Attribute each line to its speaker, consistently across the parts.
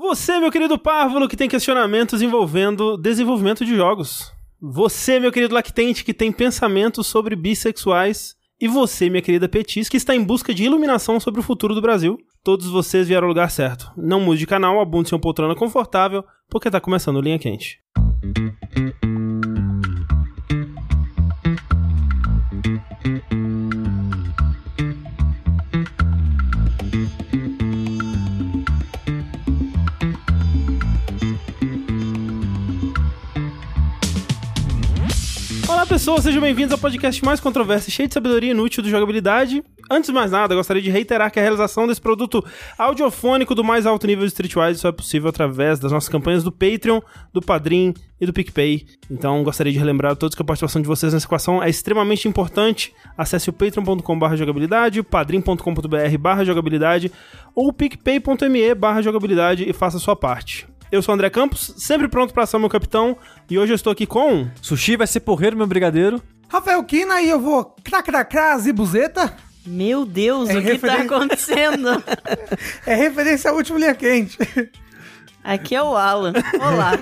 Speaker 1: Você, meu querido Párvulo, que tem questionamentos envolvendo desenvolvimento de jogos. Você, meu querido lactente, que tem pensamentos sobre bissexuais. E você, minha querida Petis, que está em busca de iluminação sobre o futuro do Brasil. Todos vocês vieram ao lugar certo. Não mude de canal, abunde seu poltrona confortável, porque tá começando o Linha Quente. Olá pessoas, sejam bem-vindos ao podcast mais controverso, e cheio de sabedoria inútil do jogabilidade. Antes de mais nada, gostaria de reiterar que a realização desse produto audiofônico do mais alto nível de Streetwise só é possível através das nossas campanhas do Patreon, do Padrim e do PicPay. Então gostaria de relembrar a todos que a participação de vocês nessa equação é extremamente importante. Acesse o patreon.com.br jogabilidade, padrim.com.br barra jogabilidade ou picpay.me barra jogabilidade e faça a sua parte. Eu sou o André Campos, sempre pronto pra ação, meu capitão, e hoje eu estou aqui com... um
Speaker 2: Sushi vai ser porreiro, meu brigadeiro.
Speaker 3: Rafael Kina e eu vou cracracrá zibuzeta.
Speaker 4: Meu Deus,
Speaker 3: É
Speaker 4: o que
Speaker 3: referente-
Speaker 4: tá acontecendo?
Speaker 3: É referência à última linha quente.
Speaker 4: Aqui é o Alan. Olá.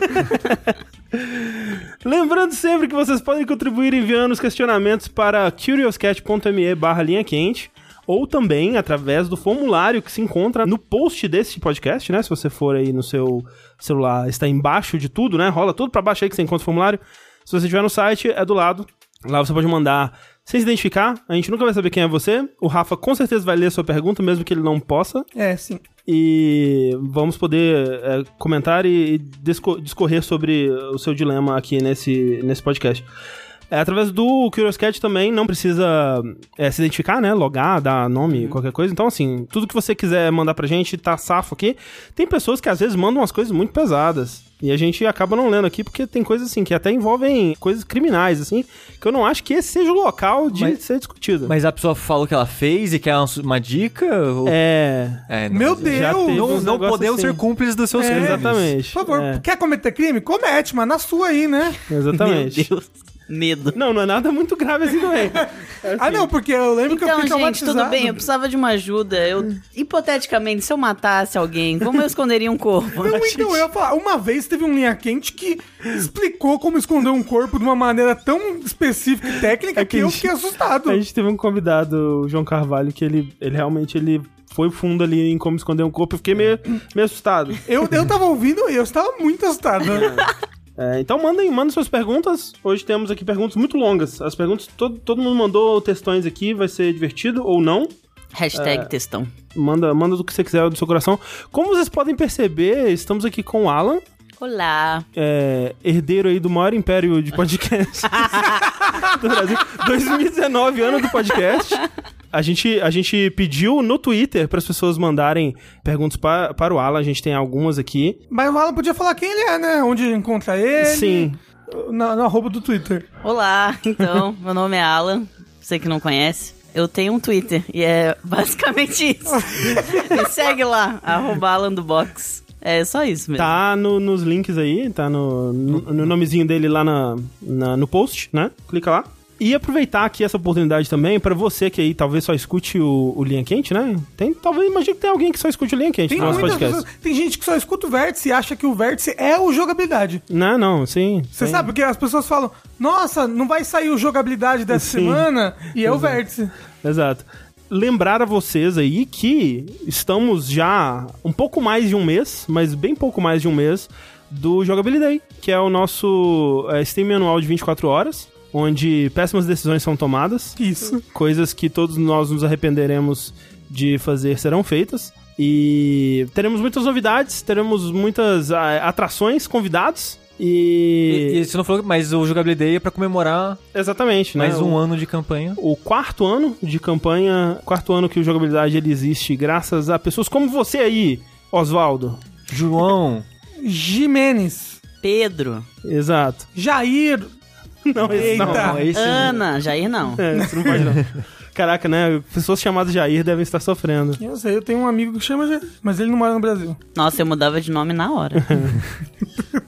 Speaker 1: Lembrando sempre que vocês podem contribuir enviando os questionamentos para curiouscat.me barra linha quente ou também através do formulário que se encontra no post desse podcast, né? Se você for aí no seu celular, está embaixo de tudo, né? Rola tudo para baixo aí que você encontra o formulário. Se você estiver no site, é do lado. Lá você pode mandar sem se identificar. A gente nunca vai saber quem é você. O Rafa com certeza vai ler a sua pergunta, mesmo que ele não possa.
Speaker 3: É, sim.
Speaker 1: E vamos poder é, comentar e, e disco- discorrer sobre o seu dilema aqui nesse, nesse podcast. É, através do CuriousCat também, não precisa é, se identificar, né? Logar, dar nome, qualquer coisa. Então, assim, tudo que você quiser mandar pra gente tá safo aqui. Tem pessoas que às vezes mandam umas coisas muito pesadas. E a gente acaba não lendo aqui, porque tem coisas assim que até envolvem coisas criminais, assim, que eu não acho que esse seja o local de
Speaker 2: Mas-
Speaker 1: ser discutido.
Speaker 2: Mas a pessoa fala o que ela fez e quer uma, su- uma dica? Ou...
Speaker 1: É.
Speaker 2: É, não,
Speaker 3: Meu
Speaker 2: mas- um
Speaker 3: Deus!
Speaker 1: já teve
Speaker 2: Não,
Speaker 1: uns
Speaker 2: não
Speaker 1: negócios
Speaker 2: podemos
Speaker 1: assim.
Speaker 2: ser cúmplices dos seus
Speaker 3: É,
Speaker 2: crimes.
Speaker 1: Exatamente.
Speaker 3: Por favor,
Speaker 1: É,
Speaker 3: quer cometer crime? Comete, mas na sua aí, né?
Speaker 4: Meu
Speaker 1: exatamente.
Speaker 4: Deus. Medo.
Speaker 1: Não, não é nada muito grave assim também.
Speaker 3: Ah, não, porque eu lembro que eu
Speaker 4: Então,
Speaker 3: fiquei
Speaker 4: gente,
Speaker 3: traumatizado.
Speaker 4: tudo bem, eu precisava de uma ajuda. Eu, hipoteticamente, se eu matasse alguém, como eu esconderia um corpo?
Speaker 3: Não, então, eu ia falar, uma vez teve um linha quente que explicou como esconder um corpo de uma maneira tão específica e técnica
Speaker 1: É que
Speaker 3: que eu
Speaker 1: a gente-
Speaker 3: fiquei assustado.
Speaker 1: A gente teve um convidado, o João Carvalho, que ele, ele realmente ele foi fundo ali em como esconder um corpo. Eu fiquei meio, meio assustado.
Speaker 3: Eu, eu tava ouvindo e eu estava muito assustado.
Speaker 1: É, então mandem, mandem suas perguntas. Hoje temos aqui perguntas muito longas. As perguntas, todo, todo mundo mandou textões aqui, vai ser divertido ou não.
Speaker 4: Hashtag textão.
Speaker 1: Manda, manda do que você quiser do seu coração. Como vocês podem perceber, estamos aqui com o Alan,
Speaker 4: Olá.
Speaker 1: é, herdeiro aí do maior império de podcast do Brasil. 2019, ano do podcast. A gente, a gente pediu no Twitter para as pessoas mandarem perguntas pa- para o Alan. A gente tem algumas aqui.
Speaker 3: Mas o Alan podia falar quem ele é, né? Onde encontra ele.
Speaker 1: Sim.
Speaker 3: Na, na arroba do Twitter.
Speaker 4: Olá, então. Meu nome é Alan. Você que não conhece. Eu tenho um Twitter e é basicamente isso. Me segue lá, arroba Alan do Box. É só isso mesmo.
Speaker 1: Tá no- nos links aí, tá no, no, no nomezinho dele lá na, na- no post, né? Clica lá. E aproveitar aqui essa oportunidade também para você que aí talvez só escute o, o Linha Quente, né? Tem, talvez, imagina que tem alguém que só escute o Linha Quente
Speaker 3: Tem
Speaker 1: no nosso
Speaker 3: muitas
Speaker 1: podcast.
Speaker 3: pessoas- tem gente que só escuta o vértice e acha que o vértice é o jogabilidade.
Speaker 1: Não, não, sim.
Speaker 3: Você
Speaker 1: tem.
Speaker 3: sabe, porque as pessoas falam, nossa, não vai sair o jogabilidade dessa
Speaker 1: Sim.
Speaker 3: semana, e é o vértice.
Speaker 1: Exato. Lembrar a vocês aí que estamos já um pouco mais de um mês, mas bem pouco mais de um mês, do Jogabilidade, que é o nosso é, stream anual de 24 horas, onde péssimas decisões são tomadas,
Speaker 3: Isso.
Speaker 1: coisas que todos nós nos arrependeremos de fazer serão feitas. E teremos muitas novidades, teremos muitas ah, atrações, convidados.
Speaker 2: E,
Speaker 1: E.
Speaker 2: e você não falou, mas o jogabilidade é pra comemorar
Speaker 1: Exatamente, né?
Speaker 2: mais
Speaker 1: O-
Speaker 2: um ano de campanha.
Speaker 1: o quarto ano de campanha, quarto ano que o Jogabilidade ele existe, graças a pessoas como você aí, Oswaldo.
Speaker 2: João,
Speaker 3: Jimenez,
Speaker 4: Pedro,
Speaker 1: Exato.
Speaker 3: Jair,
Speaker 1: Não, esse não.
Speaker 3: Eita.
Speaker 2: não, é esse-
Speaker 4: Ana, Jair não.
Speaker 1: É, isso não pode não. Caraca, né? Pessoas chamadas Jair devem estar sofrendo.
Speaker 3: eu sei, eu tenho um amigo que chama Jair, mas ele não mora no Brasil.
Speaker 4: Nossa, eu mudava de nome na hora.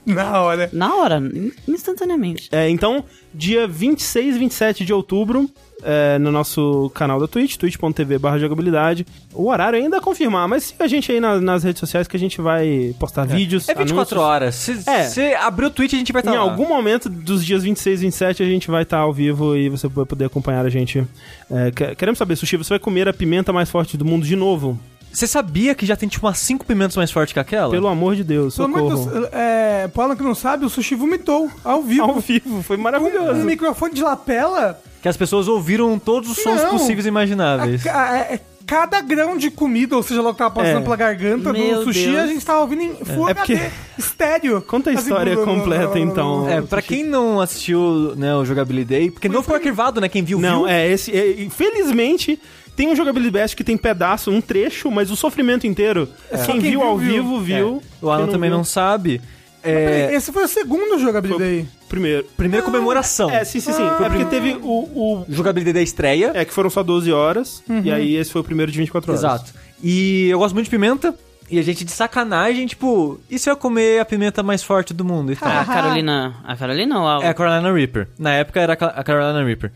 Speaker 3: Na hora.
Speaker 4: Na hora, in- instantaneamente.
Speaker 1: É, então, dia 26 e 27 de outubro, é, no nosso canal da Twitch, twitch.tv barra jogabilidade. O horário ainda a confirmar, mas siga a gente aí na- nas redes sociais que a gente vai postar vídeos,
Speaker 2: É
Speaker 1: anúncios.
Speaker 2: 24 horas. Se
Speaker 1: É.
Speaker 2: você abrir o tweet, a gente vai estar
Speaker 3: Tá
Speaker 1: Em
Speaker 2: lá.
Speaker 1: algum momento dos dias 26 e 27 a gente vai estar ao vivo e você vai poder acompanhar a gente. É, que- queremos saber, Sushi, você vai comer a pimenta mais forte do mundo de novo?
Speaker 2: Você sabia que já tem, tipo, umas 5 pimentas mais fortes que aquela?
Speaker 1: Pelo amor de Deus,
Speaker 3: Pelo amor
Speaker 1: socorro.
Speaker 3: de Deus, é, pro Alan que não sabe, o sushi vomitou ao vivo.
Speaker 1: Ao vivo, foi
Speaker 3: Um
Speaker 1: É maravilhoso.
Speaker 3: microfone de lapela,
Speaker 2: Que as pessoas ouviram todos os sons
Speaker 3: Não.
Speaker 2: possíveis e
Speaker 3: a
Speaker 2: imagináveis.
Speaker 3: ca- é- é cada grão de comida, ou seja, lá o que tava
Speaker 1: É.
Speaker 3: passando pela garganta
Speaker 4: Meu
Speaker 3: do sushi,
Speaker 4: Deus.
Speaker 3: a gente tava ouvindo em Full
Speaker 1: É
Speaker 3: HD, estéreo.
Speaker 1: Conta a
Speaker 3: Assim,
Speaker 1: história
Speaker 3: blá, blá, blá,
Speaker 1: completa,
Speaker 3: blá, blá,
Speaker 1: então.
Speaker 3: blá.
Speaker 2: É, pra quem não assistiu, né, o Jogabilidade, porque não ficou arquivado, né, quem viu,
Speaker 1: Não,
Speaker 2: viu.
Speaker 1: é, esse. é, infelizmente, tem um jogabilidade best que tem pedaço, um trecho, mas o sofrimento inteiro. Quem,
Speaker 3: É. quem
Speaker 1: viu,
Speaker 3: viu,
Speaker 1: ao
Speaker 3: viu.
Speaker 1: vivo, viu.
Speaker 2: É. O Alan
Speaker 1: Quem
Speaker 2: também
Speaker 1: viu,
Speaker 2: não sabe.
Speaker 3: Peraí,
Speaker 2: É,
Speaker 3: Esse foi o segundo jogabilidade.
Speaker 1: Primeiro.
Speaker 2: primeira comemoração.
Speaker 1: É, sim, sim, sim.
Speaker 3: Ah,
Speaker 1: é porque teve o, o-
Speaker 2: Jogabilidade da estreia.
Speaker 1: É que foram só 12 horas,
Speaker 3: Uhum.
Speaker 1: e aí esse foi o primeiro de 24 horas.
Speaker 2: Exato. E eu gosto muito de pimenta. E a gente, de sacanagem, tipo, e se eu comer a pimenta mais forte do mundo? E tal.
Speaker 4: A Carolina. A Carolina ou a.
Speaker 2: É a Carolina Reaper. Na época era a Ca- a Carolina Reaper.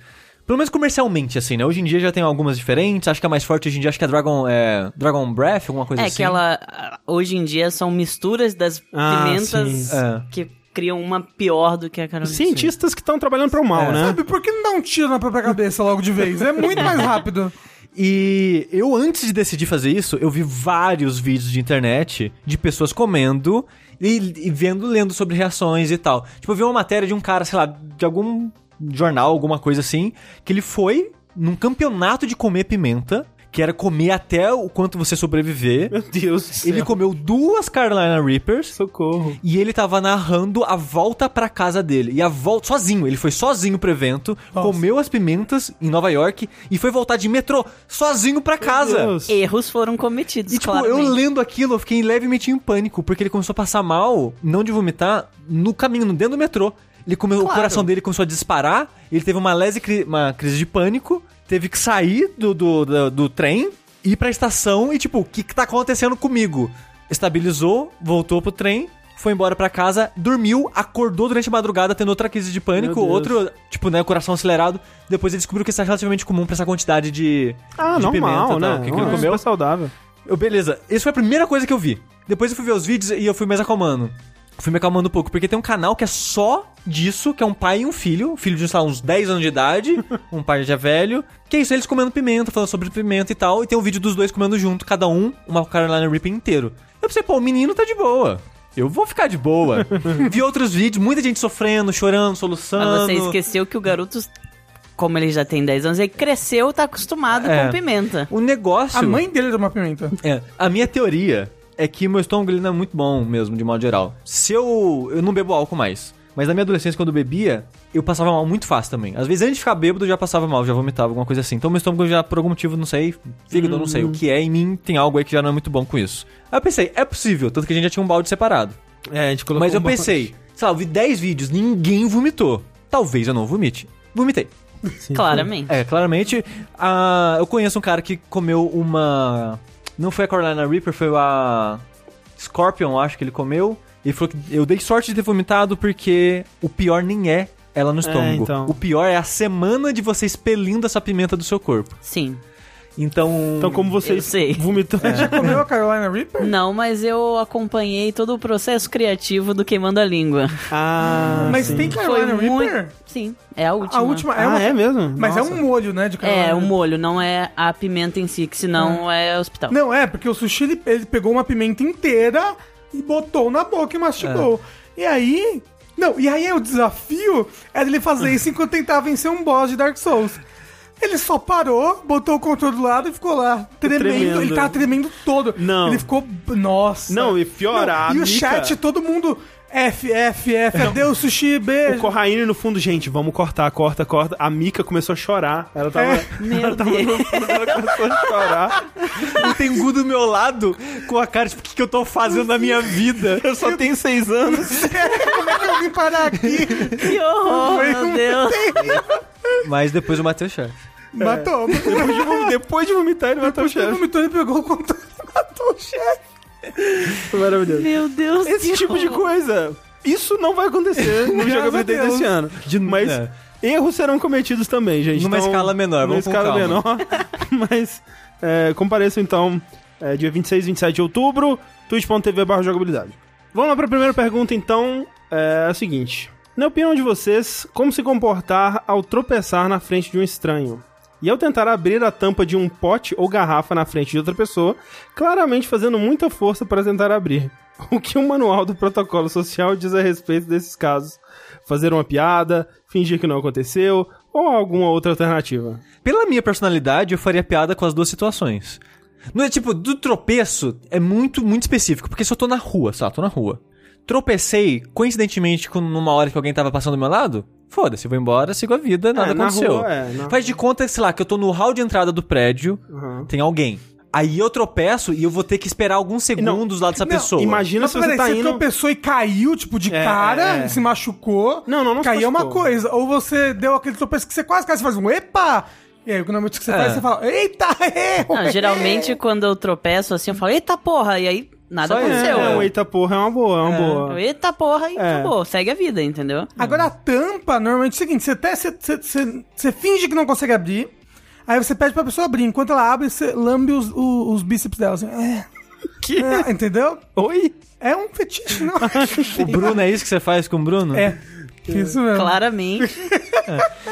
Speaker 2: Pelo menos comercialmente, assim, né? Hoje em dia já tem algumas diferentes. Acho que a mais forte hoje em dia acho que é Dragon, é, Dragon Breath, alguma coisa
Speaker 4: É
Speaker 2: assim.
Speaker 4: que ela. ah, Hoje em dia são misturas das
Speaker 1: Ah,
Speaker 4: pimentas
Speaker 1: sim.
Speaker 2: É.
Speaker 4: que criam uma pior do que a Carolina.
Speaker 1: Cientistas que estão trabalhando para o mal,
Speaker 2: É.
Speaker 1: né?
Speaker 3: Sabe, por que não dá um tiro na própria cabeça logo de vez? É muito mais rápido.
Speaker 2: E eu, antes de decidir fazer isso, eu vi vários vídeos de internet de pessoas comendo e, e vendo, lendo sobre reações e tal. Tipo, eu vi uma matéria de um cara, sei lá, de algum jornal, alguma coisa assim, que ele foi num campeonato de comer pimenta, que era comer até o quanto você sobreviver.
Speaker 1: Meu Deus do céu.
Speaker 2: Ele comeu duas Carolina Reapers.
Speaker 1: Socorro.
Speaker 2: E ele tava narrando a volta pra casa dele. E a volta sozinho. Ele foi sozinho pro evento, comeu as pimentas em Nova York e foi voltar de metrô sozinho pra casa.
Speaker 1: Deus.
Speaker 4: Erros foram cometidos,
Speaker 2: E tipo,
Speaker 4: claro.
Speaker 2: eu lendo aquilo, eu fiquei levemente em pânico, porque ele começou a passar mal, não de vomitar, no caminho, no dentro do metrô. Ele come- O
Speaker 4: Claro.
Speaker 2: coração dele começou a disparar, ele teve uma lese, cri- uma crise de pânico, teve que sair do, do, do, do trem, ir pra estação e tipo, o que, que tá acontecendo comigo? Estabilizou, voltou pro trem, foi embora pra casa, dormiu, acordou durante a madrugada tendo outra crise de pânico,
Speaker 1: Meu Deus.
Speaker 2: outro, tipo, né, coração acelerado. Depois ele descobriu que isso é relativamente comum pra essa quantidade de,
Speaker 1: Ah,
Speaker 2: de
Speaker 1: normal,
Speaker 2: pimenta e tal,
Speaker 1: né?
Speaker 2: que, que ele
Speaker 1: Uma
Speaker 2: comeu.
Speaker 1: super saudável.
Speaker 2: Eu, beleza, isso foi a primeira coisa que eu vi. Depois eu fui ver os vídeos e eu fui mais acalmando. Fui me acalmando um pouco, porque tem um canal que é só disso, que é um pai e um filho, um filho de, sei lá, uns 10 anos de idade, um pai já velho, que é isso, eles comendo pimenta, falando sobre pimenta e tal, e tem um vídeo dos dois comendo junto, cada um, uma Carolina Reaper inteiro. Eu pensei, pô, o menino tá de boa. Eu vou ficar de boa. vi outros vídeos, muita gente sofrendo, chorando,
Speaker 4: Mas
Speaker 2: soluçando.
Speaker 4: Ah, você esqueceu que o garoto, como ele já tem 10 anos, ele cresceu, tá acostumado
Speaker 2: É.
Speaker 4: com pimenta.
Speaker 2: O negócio...
Speaker 3: A mãe dele era uma pimenta.
Speaker 2: É, a minha teoria é que meu estômago ele não é muito bom mesmo, de modo geral. Se eu. Eu não bebo álcool mais. Mas na minha adolescência, quando eu bebia, eu passava mal muito fácil também. Às vezes, antes de ficar bêbado, eu já passava mal, já vomitava, alguma coisa assim. Então, meu estômago já, por algum motivo, não sei, fígado, eu não sei o que é, em mim tem algo aí que já não é muito bom com isso. Aí eu pensei, é possível, tanto que a gente já tinha um balde separado.
Speaker 1: É, a gente colocou
Speaker 2: Mas eu
Speaker 1: um bastante.
Speaker 2: pensei, sei lá, eu vi 10 vídeos, ninguém vomitou. Talvez eu não vomite. Vomitei.
Speaker 4: assim. Claramente.
Speaker 2: É, claramente. a- eu conheço um cara que comeu uma. Não foi a Carolina Reaper, foi a. Scorpion, acho que ele comeu. Ele falou que eu dei sorte de ter vomitado porque o pior nem é ela no estômago.
Speaker 1: então.
Speaker 2: O pior é a semana de você expelindo essa pimenta do seu corpo.
Speaker 4: Sim.
Speaker 2: Então.
Speaker 1: Então, como
Speaker 4: Eu
Speaker 1: vocês
Speaker 4: sei.
Speaker 1: vomitou.
Speaker 3: Já comeu a Carolina Reaper?
Speaker 4: Não, mas eu acompanhei todo o processo criativo do Queimando a Língua.
Speaker 1: Ah,
Speaker 3: Mas
Speaker 1: sim.
Speaker 3: tem Carolina
Speaker 4: Foi muito-
Speaker 3: Reaper?
Speaker 4: Sim, é a última.
Speaker 3: A última é
Speaker 1: Ah,
Speaker 3: uma.
Speaker 1: é mesmo?
Speaker 3: Mas é
Speaker 1: Nossa.
Speaker 3: um molho, né? De Carolina
Speaker 4: É, o
Speaker 3: Reaper.
Speaker 4: molho, não é a pimenta em si, que senão
Speaker 1: Ah.
Speaker 4: é hospital.
Speaker 3: Não, é, porque o sushi ele, ele pegou uma pimenta inteira e botou na boca e mastigou.
Speaker 1: É.
Speaker 3: E aí. Não, e aí o desafio era ele fazer isso enquanto tentava vencer um boss de Dark Souls. Ele só parou, botou o controle do lado e ficou lá, tremendo.
Speaker 1: Tremendo.
Speaker 3: Ele tava tremendo todo.
Speaker 1: Não.
Speaker 3: Ele ficou. Nossa.
Speaker 1: Não, e pior, a
Speaker 3: E o
Speaker 1: Mika-
Speaker 3: chat, todo mundo. F, F, F, adeus, sushi,
Speaker 1: O
Speaker 3: beijo.
Speaker 1: Corraine no fundo, gente, vamos cortar, corta, corta. A Mika começou a chorar. Ela tava.
Speaker 4: Meu
Speaker 1: ela tava no fundo, ela começou a chorar.
Speaker 2: o Tengu um do meu lado com a cara, tipo, o que, que eu tô fazendo na minha vida?
Speaker 1: Eu só tenho seis anos.
Speaker 3: Como é que eu vim parar aqui?
Speaker 4: Que horror, meu Deus.
Speaker 2: Mas depois eu matei o chefe.
Speaker 3: Matou.
Speaker 1: Depois de, vom- depois de vomitar, ele matou o
Speaker 3: Depois que ele
Speaker 1: É. chefe.
Speaker 3: vomitou, ele pegou o controle e matou o chefe.
Speaker 1: Maravilhoso.
Speaker 4: Meu Deus.
Speaker 1: Esse
Speaker 4: que
Speaker 1: tipo de
Speaker 4: horror.
Speaker 1: coisa. Isso não vai acontecer no
Speaker 3: Graças
Speaker 1: jogabilidade
Speaker 3: a Deus.
Speaker 1: desse ano. mas
Speaker 2: é.
Speaker 1: erros serão cometidos também, gente. então-
Speaker 2: Numa escala menor,
Speaker 1: numa
Speaker 2: vamos com
Speaker 1: escala
Speaker 2: calma.
Speaker 1: menor. mas é, compareçam então é, dia 26, 27 de outubro, twitch.tv barra jogabilidade. Vamos lá para a primeira pergunta então, é a seguinte. Na opinião de vocês, como se comportar ao tropeçar na frente de um estranho? E ao tentar abrir a tampa de um pote ou garrafa na frente de outra pessoa, claramente fazendo muita força para tentar abrir. O que o manual do protocolo social diz a respeito desses casos? Fazer uma piada, fingir que não aconteceu, ou alguma outra alternativa?
Speaker 2: Pela minha personalidade, eu faria piada com as duas situações. Não é tipo, do tropeço é muito, muito específico, porque se eu tô na rua, só tô na rua. Tropecei, coincidentemente, com- numa hora que alguém tava passando do meu lado, foda-se, eu vou embora, sigo a vida, nada
Speaker 1: É, na
Speaker 2: aconteceu.
Speaker 1: rua, é, na-
Speaker 2: Faz de conta, sei lá, que eu tô no hall de entrada do prédio,
Speaker 1: Uhum.
Speaker 2: tem alguém. Aí eu tropeço e eu vou ter que esperar alguns segundos lá dessa pessoa.
Speaker 1: Imagina
Speaker 3: Mas
Speaker 1: se você
Speaker 3: peraí,
Speaker 1: tá
Speaker 3: você
Speaker 1: indo...
Speaker 3: tropeçou e caiu, tipo, de
Speaker 1: É,
Speaker 3: cara,
Speaker 1: é, é.
Speaker 3: e se machucou.
Speaker 1: Não, não, não se
Speaker 3: Caiu é uma
Speaker 1: machucou.
Speaker 3: coisa. Ou você deu aquele tropeço que você quase cai, você faz um epa! E aí, o momento que você
Speaker 2: É.
Speaker 3: faz, você fala, eita, erro!
Speaker 4: Não, geralmente quando eu tropeço assim, eu falo, eita porra, e aí nada
Speaker 2: Só é,
Speaker 4: aconteceu.
Speaker 1: É. É, um eita porra é uma boa, é uma
Speaker 4: Eu,
Speaker 1: boa.
Speaker 4: Eita porra, e
Speaker 1: É.
Speaker 4: acabou. Segue a vida, entendeu?
Speaker 3: Agora a tampa, normalmente é o seguinte, você até você, você, você, você finge que não consegue abrir, aí você pede pra pessoa abrir. Enquanto ela abre, você lambe os, o- os bíceps dela, assim, é,
Speaker 1: Que?
Speaker 3: é, entendeu?
Speaker 1: Oi?
Speaker 3: É um fetiche, não?
Speaker 2: O Bruno, é isso que você faz com o Bruno?
Speaker 3: é. Isso mesmo.
Speaker 4: Claramente.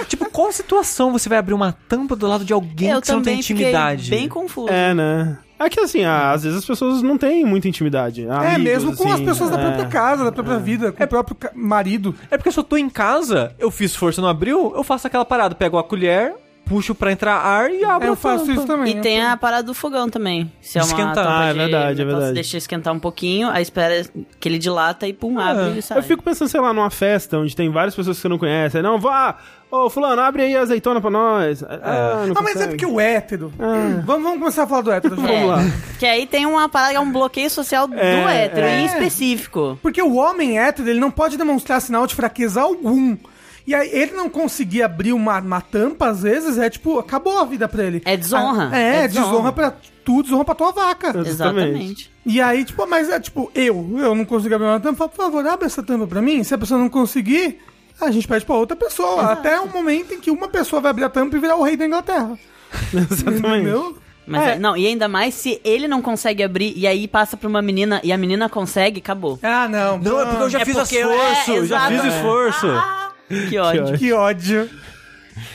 Speaker 2: Tipo, qual situação você vai abrir uma tampa do lado de alguém
Speaker 4: eu
Speaker 2: que você não tem
Speaker 4: também fiquei
Speaker 2: intimidade?
Speaker 4: bem confuso.
Speaker 1: É, né? É que assim, ah, às vezes as pessoas não têm muita intimidade.
Speaker 3: É,
Speaker 1: Amigos,
Speaker 3: mesmo com as
Speaker 1: assim,
Speaker 3: pessoas da
Speaker 1: é.
Speaker 3: própria casa, da própria vida, com o próprio ca- marido.
Speaker 2: É porque se eu tô em casa, eu fiz força, não abriu, eu faço aquela parada, pego a colher, puxo pra entrar ar e abro
Speaker 3: É, eu
Speaker 2: a
Speaker 3: faço
Speaker 2: tampa.
Speaker 3: isso também.
Speaker 4: E
Speaker 3: eu
Speaker 4: tem a parada do fogão também. Se é uma
Speaker 2: Esquentar.
Speaker 4: tampa
Speaker 1: Ah, é
Speaker 4: de
Speaker 1: verdade, é
Speaker 4: metal, você
Speaker 1: verdade.
Speaker 4: Deixa esquentar um pouquinho, aí espera que ele dilata e pum, abre e sai.
Speaker 1: É, Eu fico pensando, sei lá, numa festa onde tem várias pessoas que você não conhece. Aí, não, vá! Ô, fulano, abre aí a azeitona pra nós. Ah, não
Speaker 3: Ah, mas é
Speaker 1: consegue.
Speaker 3: porque o hétero. Vamos, vamos começar a falar do hétero.
Speaker 4: É,
Speaker 3: João.
Speaker 1: lá.
Speaker 4: Que aí tem uma parada, é um bloqueio social do
Speaker 1: É,
Speaker 4: hétero,
Speaker 3: é.
Speaker 4: em específico.
Speaker 3: Porque o homem hétero, ele não pode demonstrar sinal de fraqueza algum. E aí, ele não conseguir abrir uma, uma tampa, às vezes, é tipo, acabou a vida pra ele.
Speaker 4: É desonra.
Speaker 3: Ah, É,
Speaker 4: É
Speaker 3: desonra.
Speaker 4: desonra É.
Speaker 3: pra tu, desonra pra tua vaca.
Speaker 1: Exatamente.
Speaker 4: Exatamente.
Speaker 3: E aí, tipo, mas é tipo, eu, eu não consigo abrir uma tampa, fala, por favor, abre essa tampa pra mim. Se a pessoa não conseguir, a gente pede pra outra pessoa. Até o momento em que uma pessoa vai abrir a tampa e virar o rei da Inglaterra.
Speaker 1: Exatamente.
Speaker 3: Entendeu?
Speaker 4: Mas é- não, e ainda mais se ele não consegue abrir e aí passa pra uma menina e a menina consegue, acabou.
Speaker 3: Ah, não.
Speaker 2: Não, é porque eu já
Speaker 4: É
Speaker 2: fiz
Speaker 4: porque eu-
Speaker 2: esforço,
Speaker 4: é,
Speaker 2: eu já
Speaker 4: exato.
Speaker 2: fiz
Speaker 4: É.
Speaker 2: esforço.
Speaker 4: Que ódio.
Speaker 1: ódio.
Speaker 3: Que ódio.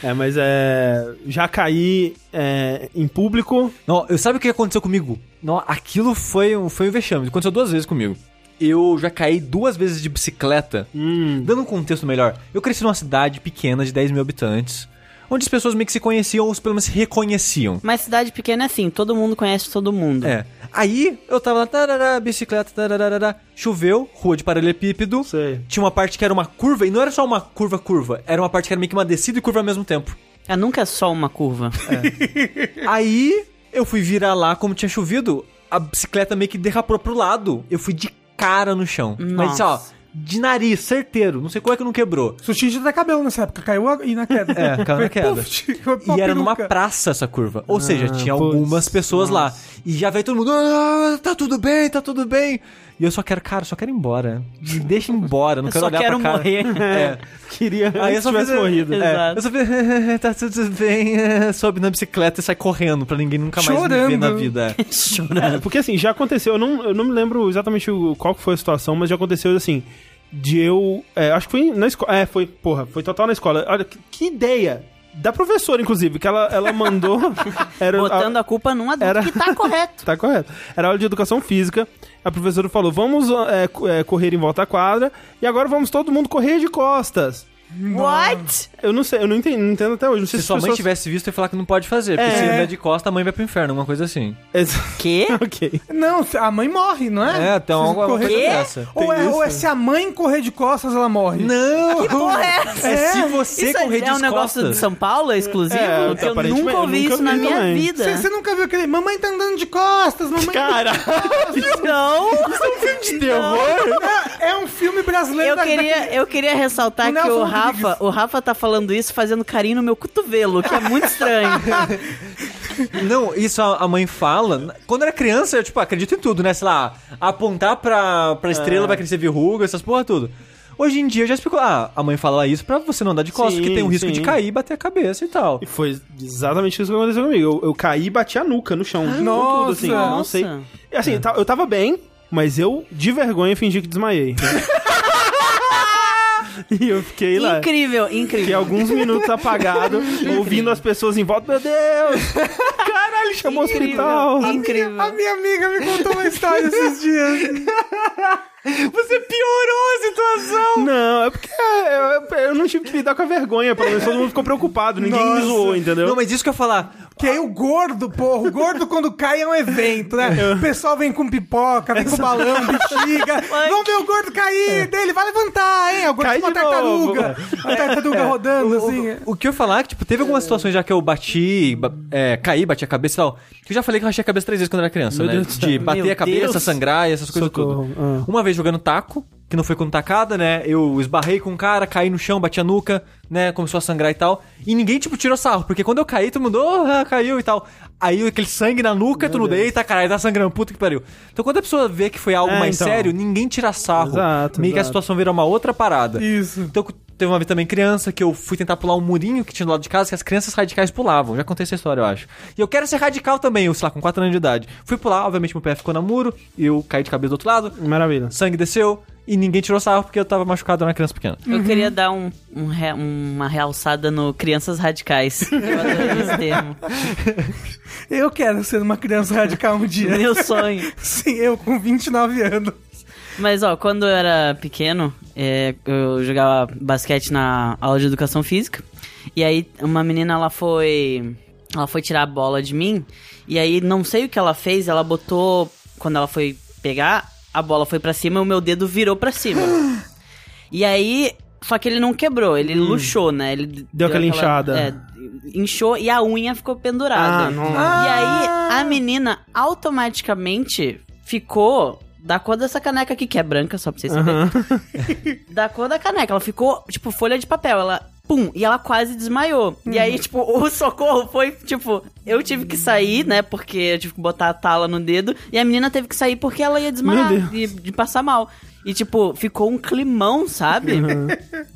Speaker 1: É, mas é. Já caí é, em público.
Speaker 2: Não, eu sabe o que aconteceu comigo? Não, aquilo foi um, foi um vexame. Aconteceu duas vezes comigo. Eu já caí duas vezes de bicicleta.
Speaker 4: Hum.
Speaker 2: Dando um contexto melhor, eu cresci numa cidade pequena de 10 mil habitantes, onde as pessoas meio que se conheciam ou pelo menos se reconheciam.
Speaker 4: Mas cidade pequena é assim, todo mundo conhece todo mundo.
Speaker 2: É. Aí eu tava lá, tarará, bicicleta, tarará, choveu, rua de paralelepípedo.
Speaker 1: Sei.
Speaker 2: Tinha uma parte que era uma curva, e não era só uma curva curva, era uma parte que era meio que uma descida e curva ao mesmo tempo.
Speaker 4: É, nunca é só uma curva.
Speaker 2: Aí eu fui virar lá, como tinha chovido, a bicicleta meio que derrapou pro lado. Eu fui de cara no chão. Mas assim, ó,
Speaker 4: Nossa.
Speaker 2: de nariz, certeiro. Não sei como é que não quebrou.
Speaker 3: Sushi tinha até cabelo nessa época, caiu a- e na queda.
Speaker 2: É, caiu na queda.
Speaker 3: Puf, tirou
Speaker 2: E
Speaker 3: uma
Speaker 2: era numa
Speaker 3: peruca.
Speaker 2: praça essa curva.
Speaker 4: Ah,
Speaker 2: Ou seja, tinha algumas
Speaker 1: putz,
Speaker 2: pessoas lá. E já veio todo mundo. "Ah, tá tudo bem, tá tudo bem. E eu só quero, cara, eu só quero ir embora. Me deixa embora, eu não
Speaker 4: Eu
Speaker 2: quero
Speaker 4: só
Speaker 2: olhar
Speaker 4: quero
Speaker 2: pra cara.
Speaker 4: morrer.
Speaker 2: É.
Speaker 1: Queria
Speaker 2: Aí
Speaker 1: Aí
Speaker 2: eu só
Speaker 1: tivesse
Speaker 2: fiz- um-
Speaker 1: morrido.
Speaker 4: é. Exato.
Speaker 2: Eu só fiz, tá tudo bem, sobe na bicicleta e sai correndo pra ninguém nunca mais me ver
Speaker 3: Chorando.
Speaker 2: na vida.
Speaker 1: É, porque assim, já aconteceu, eu não, eu não me lembro exatamente o- qual que foi a situação, mas já aconteceu assim, de eu. é, acho que foi na escola. É, foi, porra, foi total na escola. Olha, que, que ideia! Da professora, inclusive, que ela, ela mandou. Era,
Speaker 4: Botando a culpa num adulto
Speaker 1: Era-
Speaker 4: que tá correto.
Speaker 1: Tá correto. Era aula de educação física. A professora falou: vamos é, co- é, correr em volta à quadra e agora vamos todo mundo correr de costas.
Speaker 4: What?
Speaker 1: Eu não sei, eu não entendo, não entendo até hoje. Não sei
Speaker 2: Se
Speaker 1: se,
Speaker 2: sua
Speaker 1: as
Speaker 2: mãe
Speaker 1: pessoas...
Speaker 2: tivesse visto, eu ia falar que não pode fazer. Porque
Speaker 1: É.
Speaker 2: se andar de costa, a mãe vai pro inferno, alguma coisa assim.
Speaker 1: Ex-
Speaker 4: Que?
Speaker 1: ok.
Speaker 3: Não, se- a mãe morre, não é?
Speaker 2: É, então
Speaker 3: Se
Speaker 2: alguma
Speaker 3: correr-
Speaker 2: coisa
Speaker 4: Quê?
Speaker 2: dessa.
Speaker 3: Ou
Speaker 1: Tem
Speaker 3: é, ou é
Speaker 1: isso?
Speaker 3: se a mãe correr de costas, ela morre.
Speaker 2: Não! Que
Speaker 4: porra é essa?
Speaker 2: se você
Speaker 4: isso
Speaker 2: correr
Speaker 4: é
Speaker 2: de
Speaker 4: um negócio de
Speaker 2: costas.
Speaker 4: São Paulo é exclusivo?
Speaker 1: É,
Speaker 4: Porque eu
Speaker 1: aparentemente,
Speaker 4: nunca
Speaker 1: eu
Speaker 4: ouvi
Speaker 1: nunca
Speaker 4: isso na
Speaker 1: vi
Speaker 4: minha
Speaker 1: também.
Speaker 4: vida.
Speaker 3: Você nunca viu aquele. Mamãe tá andando de costas, mamãe.
Speaker 1: Cara,
Speaker 4: Não!
Speaker 1: de terror?
Speaker 3: É, é um filme brasileiro
Speaker 4: Eu
Speaker 3: da-
Speaker 4: queria, eu queria ressaltar
Speaker 3: Do
Speaker 4: que o
Speaker 3: Nelson
Speaker 4: Rafa,
Speaker 3: Rodrigues.
Speaker 4: o Rafa tá falando isso fazendo carinho no meu cotovelo, que é muito estranho.
Speaker 2: Não, isso a, a mãe fala. Quando era criança, eu, tipo, acredito em tudo, né? Sei lá, apontar pra, pra estrela vai crescer verruga, essas porra tudo. Hoje em dia eu já explico, ah, a mãe fala isso pra você não andar de costas,
Speaker 1: Sim,
Speaker 2: porque tem o risco
Speaker 1: sim.
Speaker 2: de cair e bater a cabeça e tal.
Speaker 1: E foi exatamente isso que aconteceu comigo. Eu, eu caí e bati a nuca no chão. com
Speaker 3: nossa,
Speaker 1: tudo, assim, eu não
Speaker 4: nossa.
Speaker 1: sei. E, assim, tá- eu tava bem, mas eu, de vergonha, fingi que desmaiei. e eu fiquei lá. é
Speaker 4: Incrível,
Speaker 1: Fiquei
Speaker 4: incrível.
Speaker 1: alguns minutos apagado, ouvindo as pessoas em volta. Meu Deus! Caralho, chamou o
Speaker 4: Incrível,
Speaker 1: hospital!
Speaker 4: Incrível.
Speaker 3: A minha amiga me contou uma história esses dias.
Speaker 2: Você piorou a situação!
Speaker 1: Não, é porque eu, eu não tive que lidar com a vergonha, pelo menos todo mundo ficou preocupado, ninguém me
Speaker 3: Nossa.
Speaker 1: zoou, entendeu?
Speaker 2: Não, mas isso que eu ia falar.
Speaker 3: Que aí o gordo, porra, o gordo quando cai é um evento, né? O pessoal vem com pipoca, vem com balão, bexiga. Vamos ver o gordo cair, dele vai levantar, hein? O gordo
Speaker 1: Cai
Speaker 3: com uma
Speaker 1: de novo.
Speaker 3: tartaruga. Uma tartaruga rodando, assim.
Speaker 2: O que eu ia falar é que, tipo, teve algumas situações já que eu bati, ba- é, caí, bati a cabeça e tal. Que eu já falei que eu rachei a cabeça três vezes quando eu era criança,
Speaker 1: Meu
Speaker 2: né?
Speaker 1: Deus do
Speaker 2: de
Speaker 1: céu.
Speaker 2: bater
Speaker 4: Meu
Speaker 2: a cabeça,
Speaker 4: Deus.
Speaker 2: sangrar e essas coisas
Speaker 1: Socorro,
Speaker 2: tudo.
Speaker 1: ah.
Speaker 2: Uma vez jogando taco, que não foi com tacada, né? Eu esbarrei com um cara, caí no chão, bati a nuca, né? Começou a sangrar e tal. E ninguém, tipo, tirou sarro, porque quando eu caí, todo mundo, "Oh, ah, caiu e tal. Aí aquele sangue na nuca, todo mundo, eita, caralho, tá sangrando, puta que pariu. Então quando a pessoa vê que foi algo
Speaker 1: É,
Speaker 2: mais
Speaker 1: então.
Speaker 2: sério, ninguém tira sarro.
Speaker 1: Exato,
Speaker 2: Tipo, meio que a
Speaker 1: exato.
Speaker 2: situação vira uma outra parada.
Speaker 3: Isso.
Speaker 2: Então teve uma vez também criança que eu fui tentar pular um murinho que tinha do lado de casa que as crianças radicais pulavam. Já contei essa história, eu acho. E eu quero ser radical também, eu, sei lá, com 4 anos de idade. Fui pular, obviamente meu pé ficou no muro, eu caí de cabeça do outro lado,
Speaker 1: Maravilha.
Speaker 2: sangue desceu e ninguém tirou sarro porque eu tava machucado, eu era uma criança pequena.
Speaker 4: Eu queria dar um, um re- uma realçada no Crianças Radicais. Eu adorei esse termo.
Speaker 3: Eu quero ser uma criança radical um dia.
Speaker 4: Meu sonho.
Speaker 3: Sim, eu com 29 anos.
Speaker 4: Mas, ó, quando eu era pequeno, é, eu jogava basquete na aula de educação física. E aí, uma menina, ela foi. Ela foi tirar a bola de mim. E aí, não sei o que ela fez, ela botou. Quando ela foi pegar, a bola foi pra cima e o meu dedo virou pra cima. e aí. Só que ele não quebrou, ele luxou, né? Ele deu,
Speaker 1: Hum. aquela inchada.
Speaker 4: É, inchou e a unha ficou pendurada.
Speaker 1: Ah, não.
Speaker 4: E aí,
Speaker 3: Ah!
Speaker 4: a menina automaticamente ficou da cor dessa caneca aqui, que é branca, só pra vocês saberem.
Speaker 1: Aham.
Speaker 4: Da cor da caneca. Ela ficou, tipo, folha de papel. Ela, pum, e ela quase desmaiou. E
Speaker 3: Uhum.
Speaker 4: aí, tipo, o socorro foi, tipo, eu tive que sair, né? Porque eu tive que botar a tala no dedo. E a menina teve que sair porque ela ia desmaiar,
Speaker 1: Meu Deus.
Speaker 4: de, de passar mal. E, tipo, ficou um climão, sabe?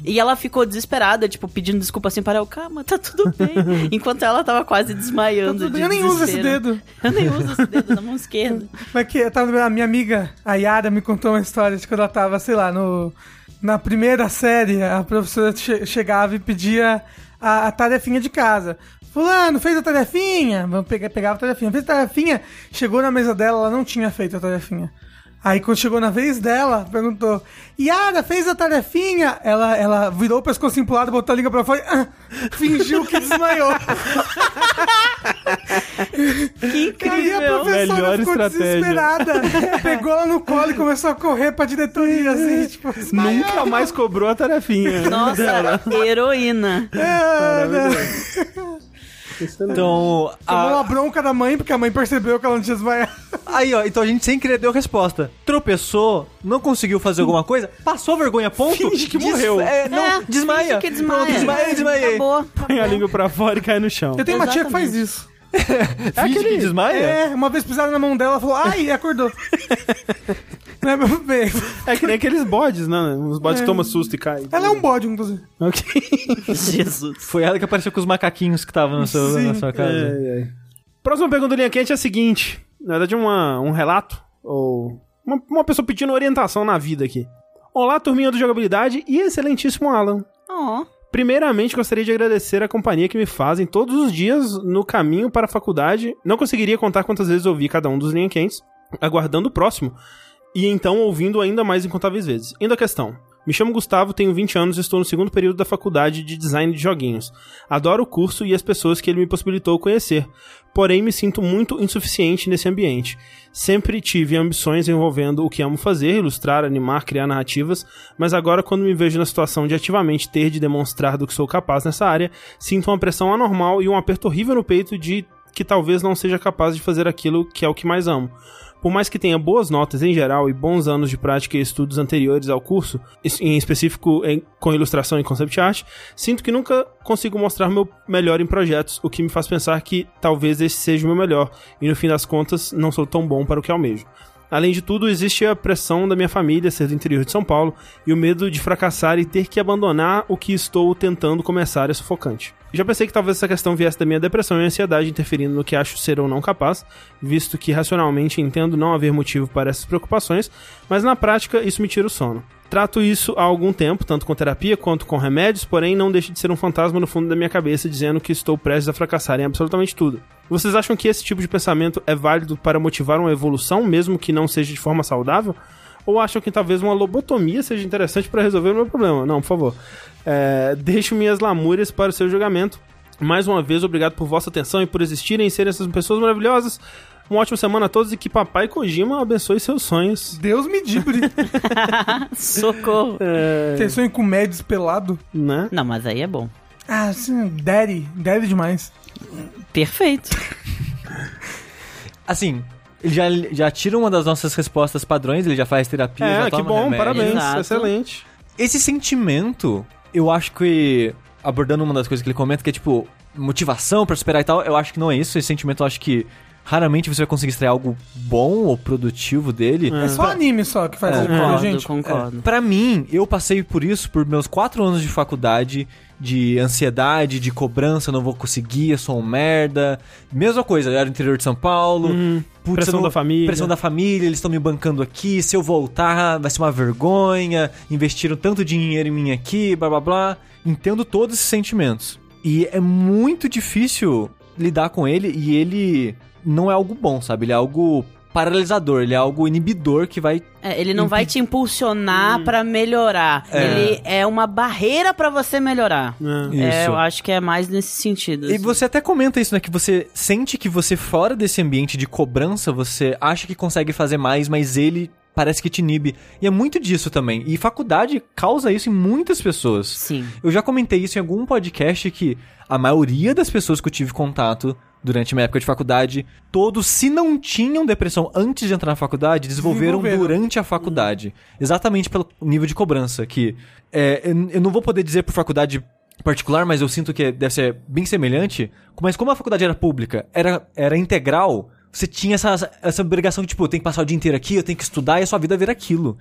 Speaker 4: E ela ficou desesperada, tipo, pedindo desculpa assim para eu, calma, tá tudo bem. Enquanto ela tava quase desmaiando.
Speaker 3: Tá Eu
Speaker 4: de
Speaker 3: nem uso esse
Speaker 4: desespero.
Speaker 3: dedo.
Speaker 4: Eu nem uso esse dedo na mão esquerda.
Speaker 3: Mas que eu tava, a minha amiga, a Yara, me contou uma história de quando ela tava, sei lá, no, na primeira série, a professora che- chegava e pedia a, a tarefinha de casa. Fulano, fez a tarefinha? Vamos pegar, pegava a tarefinha. Fez a tarefinha, chegou na mesa dela, ela não tinha feito a tarefinha. Aí quando chegou na vez dela, perguntou: Yara, fez a tarefinha? Ela, ela virou o pescoço pro lado, botou a língua pra fora e ah, fingiu que desmaiou.
Speaker 4: Que
Speaker 3: E aí a
Speaker 4: incrível!
Speaker 3: professora
Speaker 1: Melhor
Speaker 3: ficou
Speaker 1: estratégia.
Speaker 3: desesperada. Pegou ela no colo e começou a correr pra diretoria, assim, tipo... desmaiando.
Speaker 1: Nunca mais cobrou a tarefinha.
Speaker 4: Nossa, heroína.
Speaker 3: É, né?
Speaker 1: é
Speaker 2: Então,
Speaker 3: Tomou
Speaker 2: a-
Speaker 3: uma bronca da mãe, porque a mãe percebeu que ela não tinha desmaiado.
Speaker 2: aí ó, então a gente sem querer deu a resposta. Tropeçou, não conseguiu fazer alguma coisa, passou vergonha, ponto.
Speaker 1: Finge que morreu.
Speaker 2: É, não,
Speaker 4: É,
Speaker 2: desmaia.
Speaker 4: finge que desmaia.
Speaker 2: Pronto, desmaiei, desmaiei.
Speaker 4: Acabou.
Speaker 1: Põe a língua pra fora e cai no chão.
Speaker 3: Eu tenho uma tia que faz isso.
Speaker 2: É aquele que desmaia?
Speaker 3: É, uma vez pisaram na mão dela, ela falou, ai, e acordou. Não é meu bem.
Speaker 1: É que nem aqueles bodes, né? Uns bodes que tomam susto e caem.
Speaker 3: Ela é um bode, inclusive.
Speaker 1: Ok.
Speaker 4: Jesus.
Speaker 2: Foi ela que apareceu com os macaquinhos que estavam na sua, na sua casa.
Speaker 1: Ai, ai. É, Próxima pergunta do Linha Quente é a seguinte. Na verdade, é uma, um relato, ou uma, uma pessoa pedindo orientação na vida aqui. Olá, turminha do Jogabilidade e excelentíssimo Alan.
Speaker 4: Ó,
Speaker 1: Primeiramente, gostaria de agradecer a companhia que me fazem todos os dias no caminho para a faculdade. Não conseguiria contar quantas vezes ouvi cada um dos linha quentes, aguardando o próximo, e então ouvindo ainda mais incontáveis vezes. Indo à questão. Me chamo Gustavo, tenho 20 anos e estou no segundo período da faculdade de design de joguinhos. Adoro o curso e as pessoas que ele me possibilitou conhecer, porém me sinto muito insuficiente nesse ambiente. Sempre tive ambições envolvendo o que amo fazer, ilustrar, animar, criar narrativas, mas agora quando me vejo na situação de ativamente ter de demonstrar do que sou capaz nessa área, sinto uma pressão anormal e um aperto horrível no peito de que talvez não seja capaz de fazer aquilo que é o que mais amo. Por mais que tenha boas notas em geral e bons anos de prática e estudos anteriores ao curso, es- em específico em- com ilustração e concept art, sinto que nunca consigo mostrar meu melhor em projetos, o que me faz pensar que talvez esse seja o meu melhor, e no fim das contas não sou tão bom para o que almejo. Além de tudo, existe a pressão da minha família ser do interior de São Paulo e o medo de fracassar e ter que abandonar o que estou tentando começar é sufocante. Já pensei que talvez essa questão viesse da minha depressão e ansiedade interferindo no que acho ser ou não capaz, visto que racionalmente entendo não haver motivo para essas preocupações, mas na prática isso me tira o sono. Trato isso há algum tempo, tanto com terapia quanto com remédios, porém não deixa de ser um fantasma no fundo da minha cabeça dizendo que estou prestes a fracassar em absolutamente tudo. Vocês acham que esse tipo de pensamento é válido para motivar uma evolução, mesmo que não seja de forma saudável? Ou acham que talvez uma lobotomia seja interessante para resolver o meu problema? Não, por favor. É, deixo minhas lamúrias para o seu julgamento. Mais uma vez, obrigado por vossa atenção e por existirem e serem essas pessoas maravilhosas. Uma ótima semana a todos e que Papai Kojima abençoe seus sonhos.
Speaker 3: Deus me dibre.
Speaker 4: Socorro.
Speaker 3: Vocês sonham com médios pelado?
Speaker 1: É, Né?
Speaker 4: Não, mas aí é bom.
Speaker 3: Ah, sim, daddy. Daddy demais.
Speaker 4: Perfeito.
Speaker 2: Assim, ele já, já tira uma das nossas respostas padrões, ele já faz terapia, já
Speaker 1: É,
Speaker 2: toma
Speaker 1: que bom,
Speaker 2: remédio.
Speaker 1: parabéns,
Speaker 4: Exato.
Speaker 1: excelente.
Speaker 2: Esse sentimento, eu acho que. Abordando uma das coisas que ele comenta, que é tipo, motivação pra superar e tal, eu acho que não é isso. Esse sentimento eu acho que raramente você vai conseguir extrair algo bom ou produtivo dele.
Speaker 3: É só anime só que faz isso com a
Speaker 4: Concordo,
Speaker 2: é.
Speaker 3: gente.
Speaker 4: concordo.
Speaker 2: Pra mim, eu passei por isso por meus quatro anos de faculdade, de ansiedade, de cobrança, eu não vou conseguir, eu sou um merda. Mesma coisa, eu era no interior de São Paulo. putz,
Speaker 1: Uhum. pressão
Speaker 2: eu
Speaker 1: da família.
Speaker 2: Pressão da família, eles estão me bancando aqui, se eu voltar vai ser uma vergonha, investiram tanto dinheiro em mim aqui, blá blá blá. Entendo todos esses sentimentos. E é muito difícil lidar com ele e ele não é algo bom, sabe? Ele é algo paralisador, ele é algo inibidor que vai
Speaker 4: É, ele não vai te impulsionar pra melhorar. Ele é uma barreira pra você melhorar.
Speaker 1: É.
Speaker 4: É,
Speaker 2: Isso.
Speaker 4: eu acho que é mais nesse sentido.
Speaker 2: E
Speaker 4: assim.
Speaker 2: você até comenta isso, né? Que você sente que você, fora desse ambiente de cobrança, você acha que consegue fazer mais, mas ele parece que te inibe. E é muito disso também. E faculdade causa isso em muitas pessoas.
Speaker 4: Sim.
Speaker 2: Eu já comentei isso em algum podcast que a maioria das pessoas que eu tive contato durante minha época de faculdade, todos, se não tinham depressão antes de entrar na faculdade, desenvolveram
Speaker 3: Desenvolveram.
Speaker 2: durante a faculdade. Exatamente pelo nível de cobrança, que é, eu eu não vou poder dizer por faculdade particular, mas eu sinto que deve ser bem semelhante. Mas como a faculdade era pública, era, era integral, você tinha essa, essa obrigação de, tipo, eu tenho que passar o dia inteiro aqui, eu tenho que estudar e a sua vida vira aquilo.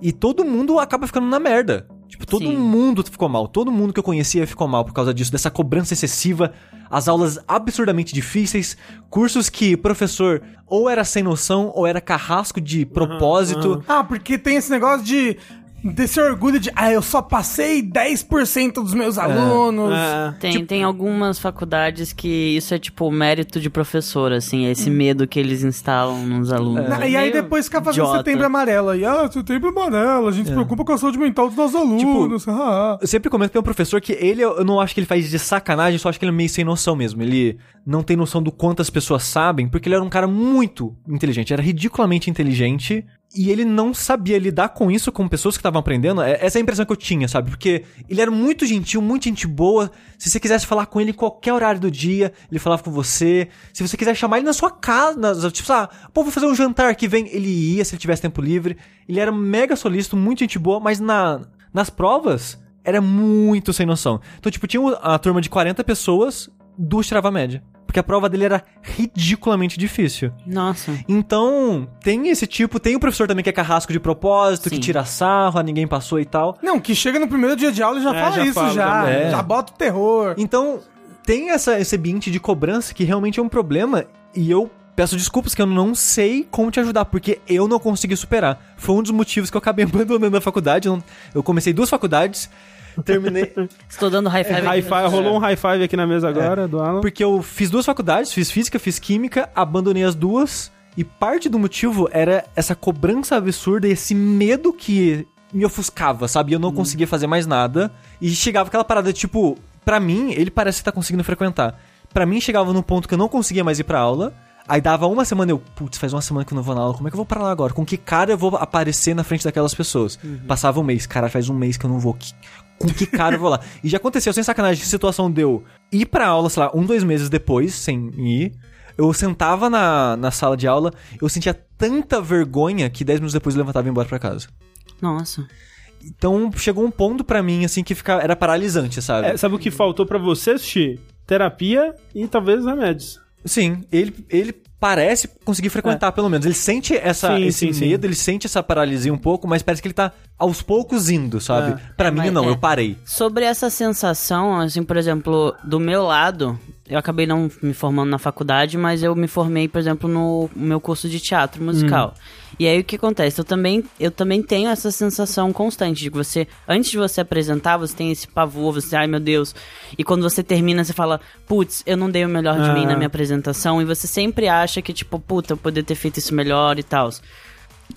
Speaker 2: E todo mundo acaba ficando na merda. Tipo, todo
Speaker 4: Sim.
Speaker 2: mundo ficou mal. Todo mundo que eu conhecia ficou mal por causa disso, dessa cobrança excessiva, as aulas absurdamente difíceis, cursos que professor ou era sem noção ou era carrasco de propósito.
Speaker 3: Ah, porque tem esse negócio de. Desse orgulho de. Ah, eu só passei 10% dos meus alunos.
Speaker 1: É.
Speaker 4: Tem, tem algumas faculdades que isso é tipo mérito de professor, assim, é esse medo que eles instalam nos alunos.
Speaker 3: Na-
Speaker 4: É
Speaker 3: Né? e aí
Speaker 4: meio
Speaker 3: depois fica fazendo
Speaker 4: idiota.
Speaker 3: setembro amarelo. E ah, setembro amarelo, a
Speaker 1: É.
Speaker 3: gente se preocupa com a saúde mental dos nossos
Speaker 1: Tipo
Speaker 3: alunos. ah, ah.
Speaker 2: Eu sempre comento que tem um professor que ele, eu não acho que ele faz de sacanagem, eu só acho que ele é meio sem noção mesmo. Ele não tem noção do quanto as pessoas sabem, porque ele era um cara muito inteligente, era ridiculamente inteligente. E ele não sabia lidar com isso, com pessoas que estavam aprendendo. É- Essa é a impressão que eu tinha, sabe? Porque ele era muito gentil, muito gente boa. Se você quisesse falar com ele em qualquer horário do dia, ele falava com você. Se você quiser chamar ele na sua casa, na- tipo, ah, pô, vou fazer um jantar que vem. Ele ia se ele tivesse tempo livre. Ele era mega solícito, muito gente boa, mas na, nas provas, era muito sem noção. Então, tipo, tinha a turma de 40 pessoas, duas tirava a média. Porque a prova dele era ridiculamente difícil.
Speaker 4: Nossa.
Speaker 2: Então, tem esse tipo, tem o professor também que é carrasco de propósito, que
Speaker 4: Sim.
Speaker 2: tira sarro, ah, ninguém passou e tal.
Speaker 3: Não, que chega no primeiro dia de aula e já
Speaker 1: É,
Speaker 3: fala
Speaker 1: já
Speaker 3: isso,
Speaker 1: fala,
Speaker 3: já.
Speaker 1: já-
Speaker 2: é.
Speaker 3: Já bota o terror.
Speaker 2: Então, tem essa, esse ambiente de cobrança que realmente é um problema e eu peço desculpas que eu não sei como te ajudar, porque eu não consegui superar. Foi um dos motivos que eu acabei abandonando a faculdade. eu não- Eu comecei duas faculdades, terminei,
Speaker 4: Estou dando high
Speaker 3: É,
Speaker 4: five. aqui.
Speaker 1: Hi-fi, rolou um high five aqui na
Speaker 2: É.
Speaker 1: mesa agora do Alan.
Speaker 2: Porque eu fiz duas faculdades, fiz física, fiz química, abandonei as duas. E parte do motivo era essa cobrança absurda e esse medo que me ofuscava, sabe? Eu não conseguia fazer mais nada. E chegava aquela parada, tipo, pra mim, ele parece que tá conseguindo frequentar. Pra mim, chegava num ponto que eu não conseguia mais ir pra aula. Aí dava uma semana, eu, putz, faz uma semana que eu não vou na aula, como é que eu vou pra lá agora? Com que cara eu vou aparecer na frente daquelas pessoas? Passava um mês, cara, faz um mês que eu não vou. Que- com que cara eu vou lá? E já aconteceu, sem sacanagem, que situação deu ir pra aula, sei lá, um, dois meses depois, sem ir. Eu sentava na, na sala de aula, eu sentia tanta vergonha que 10 minutos depois eu levantava e ia embora pra casa.
Speaker 4: Nossa.
Speaker 2: Então chegou um ponto pra mim, assim, que ficava, era paralisante, sabe?
Speaker 1: É, sabe o que faltou pra você, Sushi? Terapia e talvez remédios.
Speaker 2: Sim, ele, ele parece conseguir frequentar, pelo menos. Ele sente essa,
Speaker 1: É. Sim,
Speaker 2: esse
Speaker 1: sim, sim.
Speaker 2: medo, ele sente essa paralisia um pouco, mas parece que ele tá aos poucos indo, sabe? Pra
Speaker 4: É,
Speaker 2: mim,
Speaker 4: mas
Speaker 2: não,
Speaker 4: é.
Speaker 2: eu parei.
Speaker 4: Sobre essa sensação, assim, por exemplo, do meu lado, eu acabei não me formando na faculdade, mas eu me formei, por exemplo, no meu curso de teatro musical. E aí o que acontece? Eu também, eu também tenho essa sensação constante de que você, antes de você apresentar, você tem esse pavor, você, ai meu Deus. E quando você termina, você fala, putz, eu não dei o melhor de
Speaker 1: Ah.
Speaker 4: mim na minha apresentação. E você sempre acha que, tipo, puta, eu poderia ter feito isso melhor e tal.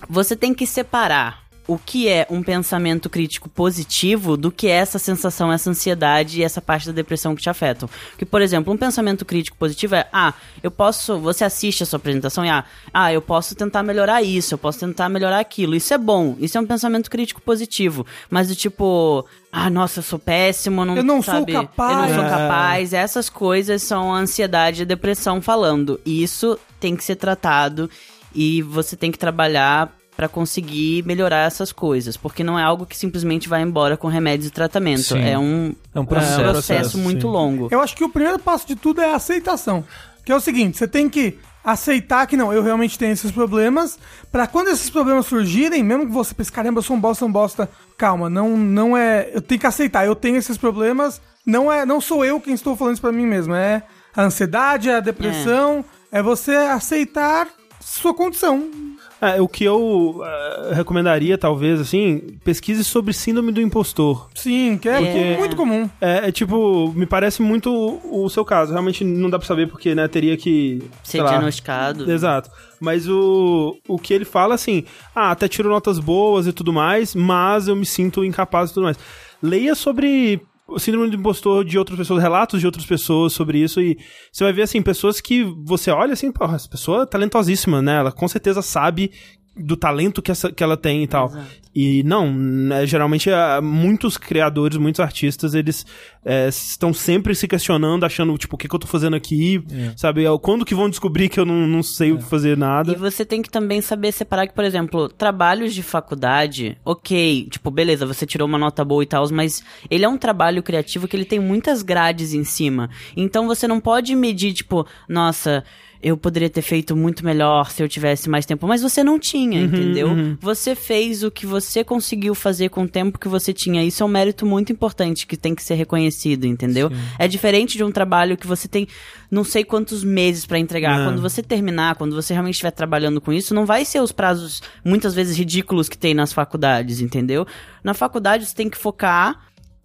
Speaker 4: Você tem que separar o que é um pensamento crítico positivo do que é essa sensação, essa ansiedade e essa parte da depressão que te afetam. Que, por exemplo, um pensamento crítico positivo é: ah, eu posso. Você assiste a sua apresentação e ah, ah, eu posso tentar melhorar isso, eu posso tentar melhorar aquilo. Isso é bom, isso é um pensamento crítico positivo. Mas do tipo, ah, nossa, eu sou péssimo, não,
Speaker 3: Eu não sou
Speaker 4: sabe,
Speaker 3: capaz."
Speaker 4: Eu não sou
Speaker 1: É.
Speaker 4: capaz. Essas coisas são a ansiedade e depressão falando. E isso tem que ser tratado e você tem que trabalhar pra conseguir melhorar essas coisas, porque não é algo que simplesmente vai embora com remédios e tratamento.
Speaker 2: Sim.
Speaker 4: É um
Speaker 2: É um
Speaker 4: é um
Speaker 2: processo.
Speaker 4: processo,
Speaker 1: processo,
Speaker 4: muito
Speaker 1: sim.
Speaker 4: longo.
Speaker 3: Eu acho que o primeiro passo de tudo é a aceitação. Que é o seguinte, você tem que aceitar que não, eu realmente tenho esses problemas, Pra quando esses problemas surgirem, mesmo que você pense, caramba, eu sou um bosta, um bosta, calma, não não é, eu tenho que aceitar, eu tenho esses problemas, não é, não sou eu quem estou falando isso pra mim mesmo, é a ansiedade, é a depressão, é, você aceitar sua condição.
Speaker 1: É, o que eu eh, recomendaria, talvez, assim, pesquise sobre síndrome do impostor.
Speaker 3: Sim, que é
Speaker 4: Porque-
Speaker 3: muito comum.
Speaker 1: É, é tipo, me parece muito o, o seu caso. Realmente não dá pra saber porque, né, teria que. sei
Speaker 4: Ser
Speaker 1: lá,
Speaker 4: diagnosticado.
Speaker 1: Exato. Mas o, o que ele fala, assim, ah, até tiro notas boas e tudo mais, mas eu me sinto incapaz e tudo mais. Leia sobre o síndrome do impostor de outras pessoas, relatos de outras pessoas sobre isso, e você vai ver, assim, pessoas que você olha assim, porra, essa pessoa é talentosíssima, né? Ela com certeza sabe do talento que, essa, que ela tem e tal. E não, né, geralmente ah, muitos criadores, muitos artistas, eles eh, estão sempre se questionando, achando, tipo, o que, que eu tô fazendo aqui, sabe? Ah, Quando que vão descobrir que eu não, não sei fazer nada?
Speaker 4: E você tem que também saber separar que, por exemplo, trabalhos de faculdade, ok, tipo, beleza, você tirou uma nota boa e tal, mas ele é um trabalho criativo que ele tem muitas grades em cima. Então você não pode medir, tipo, nossa. Eu poderia ter feito muito melhor se eu tivesse mais tempo, mas você não tinha, entendeu? Você fez o que você conseguiu fazer com o tempo que você tinha. Isso é um mérito muito importante que tem que ser reconhecido, entendeu? É diferente de um trabalho que você tem não sei quantos meses pra entregar.
Speaker 1: É.
Speaker 4: Quando você você terminar, quando você realmente estiver trabalhando com isso, não vai ser os prazos muitas vezes ridículos que tem nas faculdades, entendeu? Na faculdade você tem que focar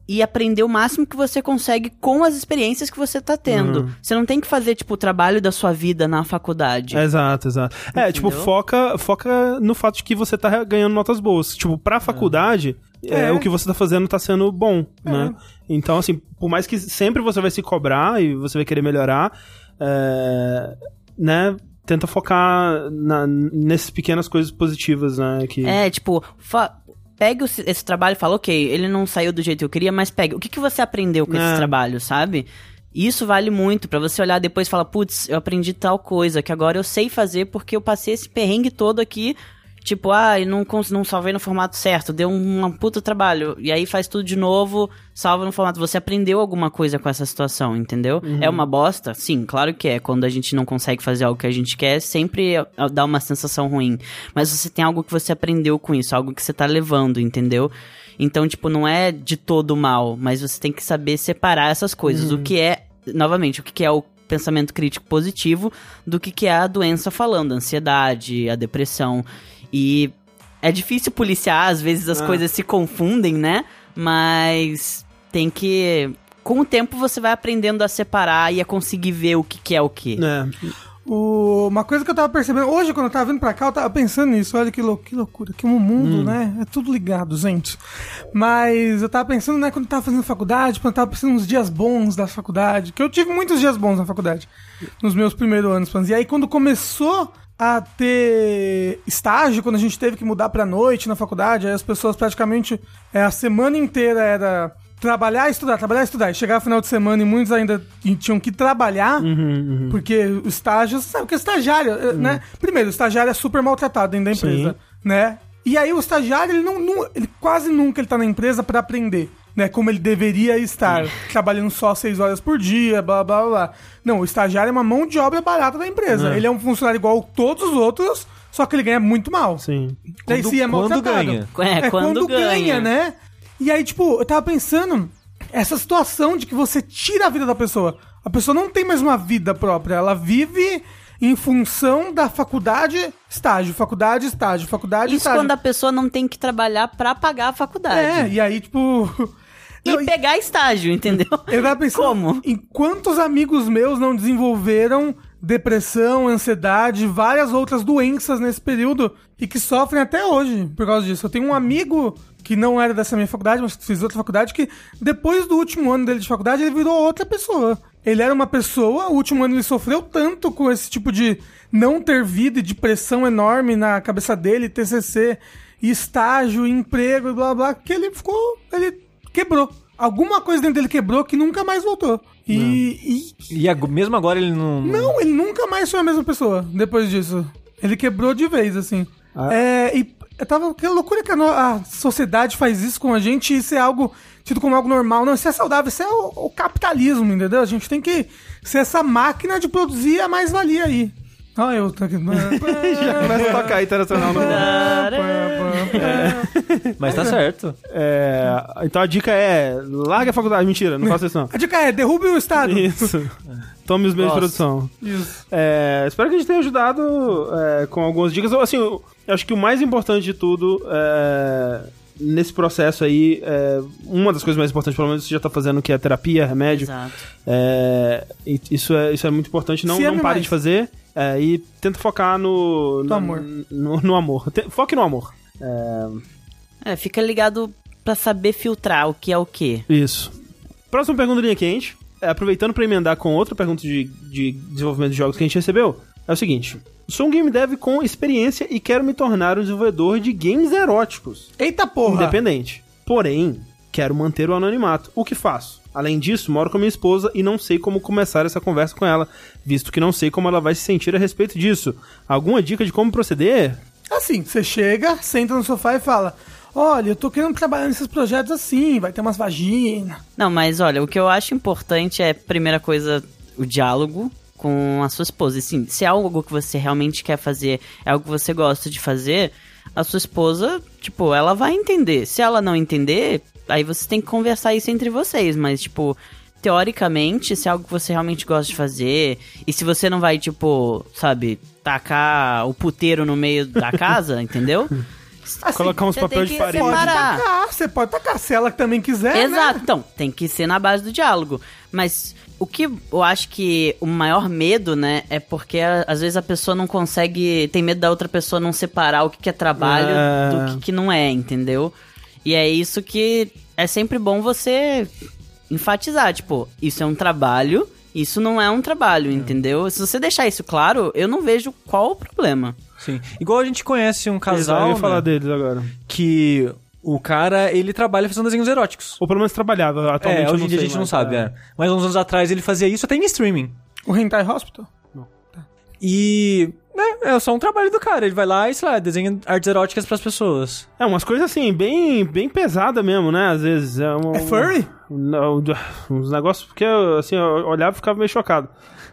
Speaker 4: e aprender o máximo que você consegue com as experiências que você tá tendo. Você não tem que fazer tipo o trabalho da sua vida na faculdade.
Speaker 1: Exato, exato. É, tipo, foca, foca no fato de que você tá ganhando notas boas. Tipo, pra faculdade, é.
Speaker 3: É.
Speaker 1: o que você tá fazendo tá sendo bom, né? Então, assim, por mais que sempre você vai se cobrar e você vai querer melhorar, é, né? Tenta focar na- nessas pequenas coisas positivas, né? Que...
Speaker 4: É, tipo, fa- pegue o- esse trabalho e fala, ok, ele não saiu do jeito que eu queria, mas pegue. O que, que você aprendeu com
Speaker 1: É.
Speaker 4: esse trabalho, sabe? Isso vale muito pra você olhar depois e falar, putz, eu aprendi tal coisa que agora eu sei fazer porque eu passei esse perrengue todo aqui. Tipo, ah, eu não, cons- não salvei no formato certo, deu um, um puta trabalho. E aí faz tudo de novo, salva no formato. Você aprendeu alguma coisa com essa situação, entendeu?
Speaker 1: Uhum.
Speaker 4: É uma bosta? Sim, claro que é. Quando a gente não consegue fazer algo que a gente quer, sempre ah, dá uma sensação ruim. Mas você tem algo que você aprendeu com isso, algo que você tá levando, entendeu? Então, tipo, não é de todo mal, mas você tem que saber separar essas coisas. O que é, novamente, o que que é o pensamento crítico positivo do que que é a doença falando, a ansiedade, a depressão. E é difícil policiar, às vezes as
Speaker 1: Ah.
Speaker 4: coisas se confundem, né? Mas tem que. Com o tempo você vai aprendendo a separar e a conseguir ver o que, que é o que.
Speaker 1: né?
Speaker 3: O- uma coisa que eu tava percebendo, hoje quando eu tava vindo pra cá, eu tava pensando nisso, olha que, lou- que loucura, que um mundo, né? É tudo ligado, gente. Mas eu tava pensando, né, quando eu tava fazendo faculdade, quando eu tava pensando nos dias bons da faculdade, que eu tive muitos dias bons na faculdade, nos meus primeiros anos. Franz. E aí quando começou a ter estágio, quando a gente teve que mudar pra noite na faculdade, aí as pessoas praticamente, é, a semana inteira era trabalhar, estudar, trabalhar, estudar. E chegava final de semana e muitos ainda tinham que trabalhar, porque o estágio, você sabe que o estagiário, eh, né? Primeiro, o estagiário é super maltratado dentro da empresa, né? E aí o estagiário, ele não, nu- ele quase nunca ele tá na empresa para aprender, né? Como ele deveria estar, trabalhando só seis horas por dia, blá, blá, blá, blá. Não, o estagiário é uma mão de obra barata da empresa. Ele é um funcionário igual todos os outros, só que ele ganha muito mal.
Speaker 1: Sim.
Speaker 3: Daí
Speaker 2: Quando-
Speaker 3: se é
Speaker 2: quando
Speaker 3: maltratado.
Speaker 2: ganha.
Speaker 4: É, quando ganha.
Speaker 3: né? E aí, tipo, eu tava pensando, essa situação de que você tira a vida da pessoa. A pessoa não tem mais uma vida própria, ela vive em função da faculdade, estágio, faculdade, estágio, faculdade,
Speaker 4: Isso
Speaker 3: estágio.
Speaker 4: quando a pessoa não tem que trabalhar pra pagar a
Speaker 3: É,
Speaker 4: faculdade.
Speaker 3: e aí, tipo...
Speaker 4: E
Speaker 3: eu-
Speaker 4: pegar estágio, entendeu?
Speaker 3: eu tava pensando
Speaker 4: Como?
Speaker 3: em quantos amigos meus não desenvolveram depressão, ansiedade, várias outras doenças nesse período e que sofrem até hoje por causa disso. Eu tenho um amigo que não era dessa minha faculdade, mas que fez outra faculdade, que depois do último ano dele de faculdade, ele virou outra pessoa. Ele era uma pessoa, o último ano ele sofreu tanto com esse tipo de não ter vida e de pressão enorme na cabeça dele, TCC, e estágio, e emprego, e blá blá, que ele ficou, ele quebrou. Alguma coisa dentro dele quebrou que nunca mais voltou. E, e-
Speaker 2: E ag- mesmo agora ele não.
Speaker 3: Não, ele nunca mais foi a mesma pessoa depois disso. Ele quebrou de vez, assim. É, e eu tava. Que loucura que a, no- a sociedade faz isso com a gente e isso é algo tido como algo normal. Não, isso é saudável, isso é o, o capitalismo, entendeu? A gente tem que ser essa máquina de produzir a mais-valia aí. Ah, eu tô aqui.
Speaker 1: Já começa a tocar né? internacional no
Speaker 2: Mas tá certo.
Speaker 1: É, então a dica é: larga a faculdade. Mentira, não faça isso não.
Speaker 3: A dica é: derrube o Estado.
Speaker 1: Isso. Tome os meios de
Speaker 4: Gosto.
Speaker 1: produção.
Speaker 3: Isso.
Speaker 1: É, espero que a gente tenha ajudado é, com algumas dicas. Ou, Assim, eu acho que o mais importante de tudo é, nesse processo aí, é, uma das coisas mais importantes, pelo menos, você já tá fazendo, que é terapia, remédio.
Speaker 4: Exato.
Speaker 1: É, e- isso, é, isso é muito importante. Não,
Speaker 3: Se
Speaker 1: não
Speaker 3: ame
Speaker 1: pare
Speaker 3: mais.
Speaker 1: de fazer. é, e tenta focar no. no
Speaker 3: amor.
Speaker 1: No, no amor. Te- foque no amor.
Speaker 4: É, fica ligado pra saber filtrar o que é o que.
Speaker 1: Isso. Próxima pergunta linha quente. É, aproveitando pra emendar com outra pergunta de, de desenvolvimento de jogos que a gente recebeu, é o seguinte: sou um game dev com experiência e quero me tornar um desenvolvedor de games eróticos,
Speaker 3: Eita porra!
Speaker 1: independente. Porém, quero manter o anonimato. O que faço? Além disso, moro com a minha esposa e não sei como começar essa conversa com ela, visto que não sei como ela vai se sentir a respeito disso. Alguma dica de como proceder?
Speaker 3: Assim, você chega, senta no sofá e fala: Olha, eu tô querendo trabalhar nesses projetos assim, vai ter umas vaginas.
Speaker 4: Não, mas olha, o que eu acho importante é, primeira coisa, o diálogo com a sua esposa. Assim, se é algo que você realmente quer fazer, é algo que você gosta de fazer, a sua esposa, tipo, ela vai entender. Se ela não entender, aí você tem que conversar isso entre vocês, mas, tipo. Teoricamente, se é algo que você realmente gosta de fazer, e se você não vai, tipo, sabe, tacar o puteiro no meio da casa, entendeu?
Speaker 3: Assim,
Speaker 1: Colocar uns
Speaker 4: você
Speaker 1: papéis
Speaker 4: tem
Speaker 1: de
Speaker 4: que
Speaker 1: parede.
Speaker 3: pode
Speaker 4: Parar.
Speaker 3: tacar, Ah, você pode tacar se ela também quiser. né?
Speaker 4: Exato. Então, tem que ser na base do diálogo. Mas o que eu acho que o maior medo, né, é porque a- às vezes a pessoa não consegue. Tem medo da outra pessoa não separar o que, que é trabalho
Speaker 1: É.
Speaker 4: do que, que não é, entendeu? E é isso que é sempre bom você enfatizar, tipo, isso é um trabalho, isso não é um trabalho, entendeu? Se você deixar isso claro, eu não vejo qual o problema.
Speaker 2: Sim. Igual a gente conhece um
Speaker 1: eu
Speaker 2: casal
Speaker 1: ia falar
Speaker 2: né,
Speaker 1: deles agora.
Speaker 2: que o cara ele trabalha fazendo desenhos eróticos.
Speaker 1: Ou pelo menos trabalhava. Atualmente
Speaker 2: É,
Speaker 1: eu
Speaker 2: hoje em dia a
Speaker 1: sei
Speaker 2: gente não
Speaker 1: mais.
Speaker 2: sabe, é. Mas uns anos atrás ele fazia isso até em streaming.
Speaker 3: O Hentai Hospital.
Speaker 2: E. né, é só um trabalho do cara. Ele vai lá e, sei lá, desenha artes eróticas pras pessoas.
Speaker 1: É, umas coisas assim, bem, bem pesada mesmo, né? Às vezes. É, um,
Speaker 3: É furry?
Speaker 1: Não, uns negócios, porque assim, eu olhava e ficava meio chocado.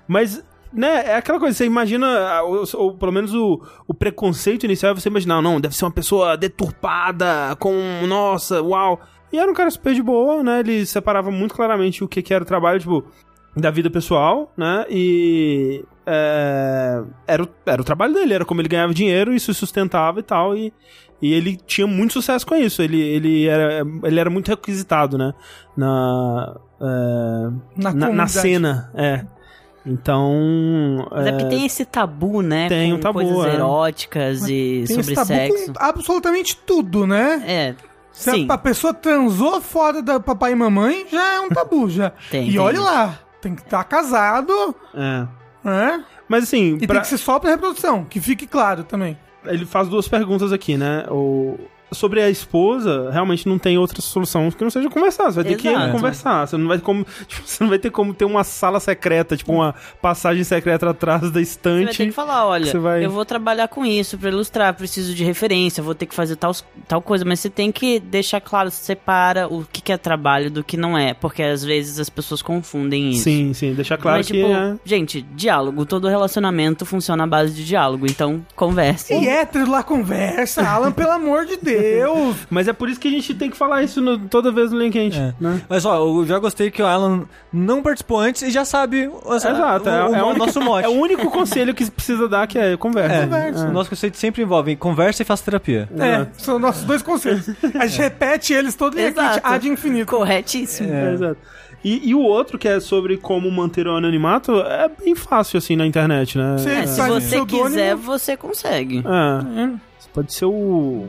Speaker 1: Mas, né, é aquela coisa, você imagina, ah, ou, ou pelo menos o, o preconceito inicial é você imaginar, não, deve ser uma pessoa deturpada, com, nossa, uau. E era um cara super de boa, né? Ele separava muito claramente o que, que era o trabalho, tipo, da vida pessoal, né? E. é, era, o, era o trabalho dele, era como ele ganhava dinheiro e se sustentava e tal. E, e ele tinha muito sucesso com isso. Ele, ele, era, ele era muito requisitado, né? Na, é,
Speaker 3: Na,
Speaker 1: na, na
Speaker 3: comunidade.
Speaker 1: cena, é. Então.
Speaker 4: Mas é, porque tem esse tabu, né?
Speaker 1: tem
Speaker 4: com
Speaker 1: um tabu,
Speaker 4: coisas
Speaker 1: é.
Speaker 4: eróticas e
Speaker 3: Tem
Speaker 4: sobre
Speaker 3: esse tabu
Speaker 4: sexo.
Speaker 3: com absolutamente tudo, né?
Speaker 4: É.
Speaker 3: Se
Speaker 4: sim.
Speaker 3: a, a pessoa transou fora da papai e mamãe, já é um tabu, já.
Speaker 4: Tem,
Speaker 3: e
Speaker 4: tem.
Speaker 3: olha lá, tem que estar casado,
Speaker 1: é.
Speaker 3: né?
Speaker 1: Mas assim,
Speaker 3: E
Speaker 1: pra-
Speaker 3: tem que ser só pra reprodução, que fique claro também.
Speaker 1: ele faz duas perguntas aqui, né? O, sobre a esposa, realmente não tem outra solução que não seja conversar. Você vai ter que
Speaker 4: Exato.
Speaker 1: conversar. Você não vai como, tipo, você não vai ter como ter uma sala secreta, tipo uma passagem secreta atrás da
Speaker 4: Você vai ter
Speaker 1: estante.
Speaker 4: que falar, olha,
Speaker 1: você vai-
Speaker 4: eu vou trabalhar com isso pra ilustrar, preciso de referência, vou ter que fazer tal, tal coisa, mas você tem que deixar claro, você separa o que, que é trabalho do que não é, porque às vezes as pessoas confundem isso.
Speaker 1: Sim, sim, deixar claro
Speaker 4: mas,
Speaker 1: que
Speaker 4: tipo,
Speaker 1: é.
Speaker 4: gente, diálogo, todo relacionamento funciona à base de diálogo, então converse.
Speaker 3: E é hétero lá conversa, Alan, pelo amor de Deus.
Speaker 1: Mas é por isso que a gente tem que falar isso no- toda vez no Link Quente,
Speaker 2: É.
Speaker 1: né?
Speaker 2: Mas ó, eu já gostei que o Alan não participou antes e já sabe assim,
Speaker 1: Exato,
Speaker 2: o,
Speaker 1: é-
Speaker 2: o,
Speaker 1: é o-
Speaker 2: nosso mote.
Speaker 1: É o único conselho que precisa dar que é conversa.
Speaker 2: É,
Speaker 3: Conversa.
Speaker 2: O nosso conceito sempre envolve conversa e faça terapia.
Speaker 3: É, são nossos dois conselhos. A gente repete eles todo dia
Speaker 4: Exato.
Speaker 3: há de infinito.
Speaker 4: Corretíssimo.
Speaker 1: É, exato. E, e o outro, que é sobre como manter o anonimato, é bem fácil, assim, na internet, né?
Speaker 3: Sim.
Speaker 4: É,
Speaker 1: É.
Speaker 4: se
Speaker 3: Faz um
Speaker 4: você
Speaker 3: pseudônimo.
Speaker 4: quiser, você consegue.
Speaker 1: É. Pode ser o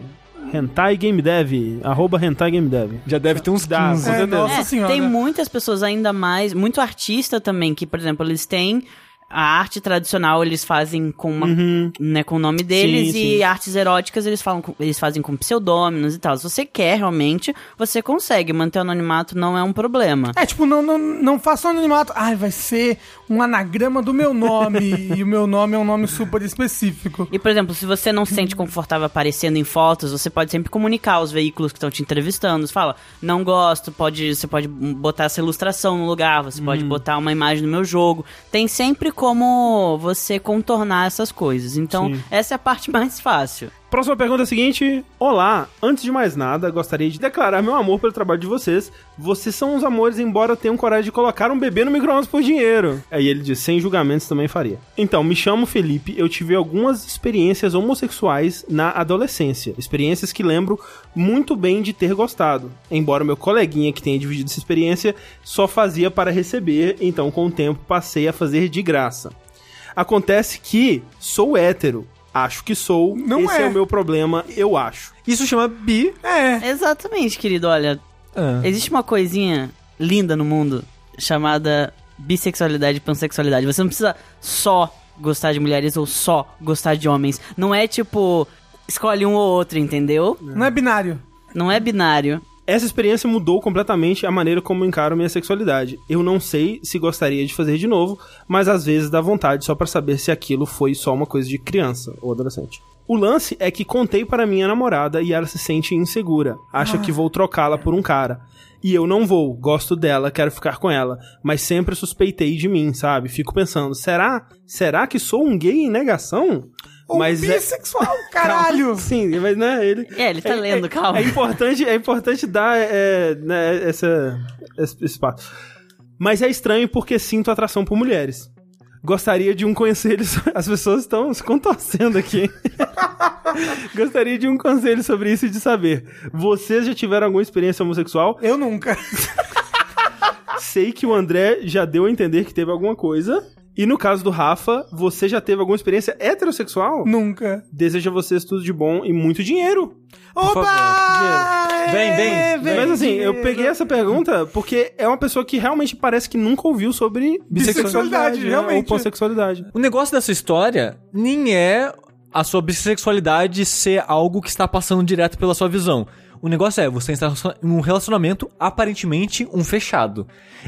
Speaker 1: Hentai Game Dev, arroba Hentai Game Dev.
Speaker 2: Já deve ter uns
Speaker 1: Dá,
Speaker 2: 15.
Speaker 1: com certeza.
Speaker 3: nossa.
Speaker 4: É,
Speaker 3: Senhora.
Speaker 4: Tem muitas pessoas ainda mais, muito artista também, que, por exemplo, eles têm a arte tradicional, eles fazem com, uma- né, com o nome deles,
Speaker 1: Sim,
Speaker 4: e
Speaker 1: sim.
Speaker 4: artes eróticas eles, falam com- eles fazem com pseudônimos e tal. Se você quer realmente, você consegue. Manter o anonimato não é um problema.
Speaker 3: É, tipo, não, não, não faça um anonimato. Ai, vai ser um anagrama do meu nome. e o meu nome é um nome super específico.
Speaker 4: E, por exemplo, se você não se sente confortável aparecendo em fotos, você pode sempre comunicar aos veículos que estão te entrevistando. Você Fala, não gosto, pode, você pode botar essa ilustração no lugar, você pode botar uma imagem do meu jogo. Tem sempre como você contornar essas coisas. Então,
Speaker 1: Sim.
Speaker 4: essa é a parte mais fácil.
Speaker 1: Próxima pergunta é a seguinte. Olá, antes de mais nada, gostaria de declarar meu amor pelo trabalho de vocês. Vocês são uns amores, embora eu tenham coragem de colocar um bebê no micro-ondas por dinheiro. Aí ele diz, sem julgamentos também faria. Então, me chamo Felipe, eu tive algumas experiências homossexuais na adolescência. Experiências que lembro muito bem de ter gostado. Embora meu coleguinha que tenha dividido essa experiência só fazia para receber, então com o tempo passei a fazer de graça. Acontece que sou hétero. Acho que sou.
Speaker 3: Não
Speaker 1: Esse é.
Speaker 3: é.
Speaker 1: o meu problema, eu acho.
Speaker 2: Isso chama bi.
Speaker 3: É.
Speaker 4: Exatamente, querido. Olha,
Speaker 2: É.
Speaker 4: existe uma coisinha linda no mundo chamada bissexualidade e pansexualidade. Você não precisa só gostar de mulheres ou só gostar de homens. Não é tipo, escolhe um ou outro, entendeu?
Speaker 3: Não é binário.
Speaker 4: Não é binário.
Speaker 1: Essa experiência mudou completamente a maneira como eu encaro minha sexualidade. Eu não sei se gostaria de fazer de novo, mas às vezes dá vontade só pra saber se aquilo foi só uma coisa de criança ou adolescente. O lance é que contei para minha namorada e ela se sente insegura. Acha que vou trocá-la por um cara. E eu não vou, gosto dela, quero ficar com ela, mas sempre suspeitei de mim, sabe? Fico pensando, será? Será que sou um gay em negação?
Speaker 3: Ou
Speaker 1: mas é-
Speaker 3: bissexual, Um caralho.
Speaker 1: Sim, mas né, ele.
Speaker 4: É, ele tá lendo, calma.
Speaker 1: É importante, é importante dar é, né, essa, esse esse passo. Mas é estranho porque sinto atração por mulheres. Gostaria de um conselho. so- As pessoas estão se contorcendo aqui. hein? Gostaria de um conselho sobre isso e de saber. Vocês já tiveram alguma experiência homossexual?
Speaker 3: Eu nunca.
Speaker 1: Sei que o André já deu a entender que teve alguma coisa. E no caso do Rafa, você já teve alguma experiência heterossexual?
Speaker 3: nunca.
Speaker 1: Desejo a vocês tudo de bom e muito dinheiro.
Speaker 3: Opa!
Speaker 2: favor. Vem, vem,
Speaker 3: É,
Speaker 2: vem.
Speaker 1: Mas assim, eu
Speaker 3: dinheiro.
Speaker 1: peguei essa pergunta porque é uma pessoa que realmente parece que nunca ouviu sobre bissexualidade,
Speaker 3: Bissexualidade,
Speaker 1: né?
Speaker 3: realmente.
Speaker 1: Ou pansexualidade.
Speaker 2: O negócio dessa história nem é a sua bissexualidade ser algo que está passando direto pela sua visão. O negócio é, você está em um relacionamento aparentemente um fechado.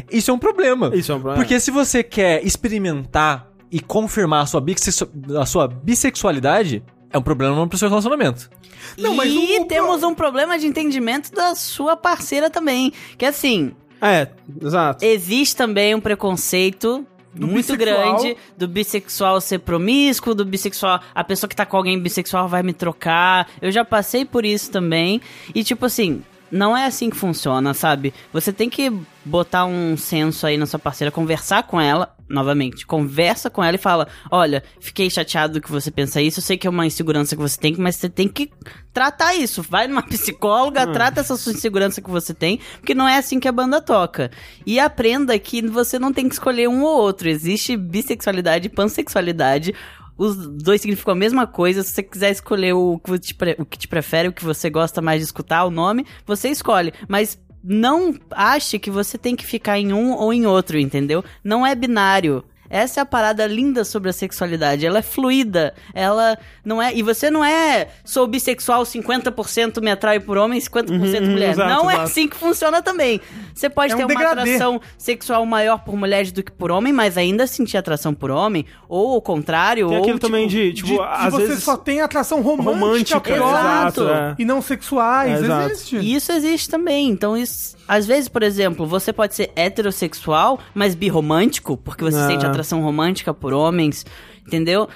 Speaker 2: Isso é um problema.
Speaker 1: Isso é um problema.
Speaker 2: Porque se você quer experimentar e confirmar a sua, bissexu- a sua bissexualidade, é um problema pro seu relacionamento.
Speaker 3: Não, mas
Speaker 4: e
Speaker 3: o- o pro-
Speaker 4: temos um problema de entendimento da sua parceira também. Que assim,
Speaker 1: É, exato.
Speaker 4: existe também um preconceito
Speaker 3: Do
Speaker 4: muito
Speaker 3: bissexual.
Speaker 4: grande do bissexual ser promíscuo, do bissexual, a pessoa que tá com alguém bissexual vai me trocar. Eu já passei por isso também. E tipo assim, não é assim que funciona, sabe? Você tem que botar um senso aí na sua parceira, conversar com ela, novamente, conversa com ela e fala: "Olha, fiquei chateado que você pensa isso, eu sei que é uma insegurança que você tem, mas você tem que tratar isso. Vai numa psicóloga,
Speaker 3: Ah.
Speaker 4: trata essa sua insegurança que você tem, porque não é assim que a banda toca. E aprenda que você não tem que escolher um ou outro. Existe bissexualidade e pansexualidade. Os dois significam a mesma coisa. Se você quiser escolher o que te, pre- o que te prefere, o que você gosta mais de escutar, o nome, você escolhe. Mas não ache que você tem que ficar em um ou em outro, entendeu? Não é binário. Essa é a parada linda sobre a sexualidade. Ela é fluida. Ela não é. E você não é sou bissexual, 50% me atrai por homem, 50%
Speaker 1: Uhum,
Speaker 4: mulher.
Speaker 1: exato,
Speaker 4: não é
Speaker 1: exato.
Speaker 4: assim que funciona também. Você pode
Speaker 3: É um
Speaker 4: ter uma
Speaker 3: degradê.
Speaker 4: atração sexual maior por mulheres do que por homem, mas ainda sentir atração por homem, ou ao contrário,
Speaker 1: Tem
Speaker 4: ou
Speaker 1: aquilo
Speaker 4: tipo,
Speaker 1: também de, tipo,
Speaker 3: de, de
Speaker 1: às
Speaker 3: você
Speaker 1: vezes...
Speaker 3: só tem atração romântica,
Speaker 1: romântica.
Speaker 3: pior,
Speaker 4: Exato.
Speaker 1: é.
Speaker 3: e não sexuais.
Speaker 1: Exato.
Speaker 3: Existe.
Speaker 4: E Isso existe também. Então, isso, às vezes, por exemplo, você pode ser heterossexual, mas birromântico, porque você
Speaker 1: Ah.
Speaker 4: sente atração romântica por homens, entendeu?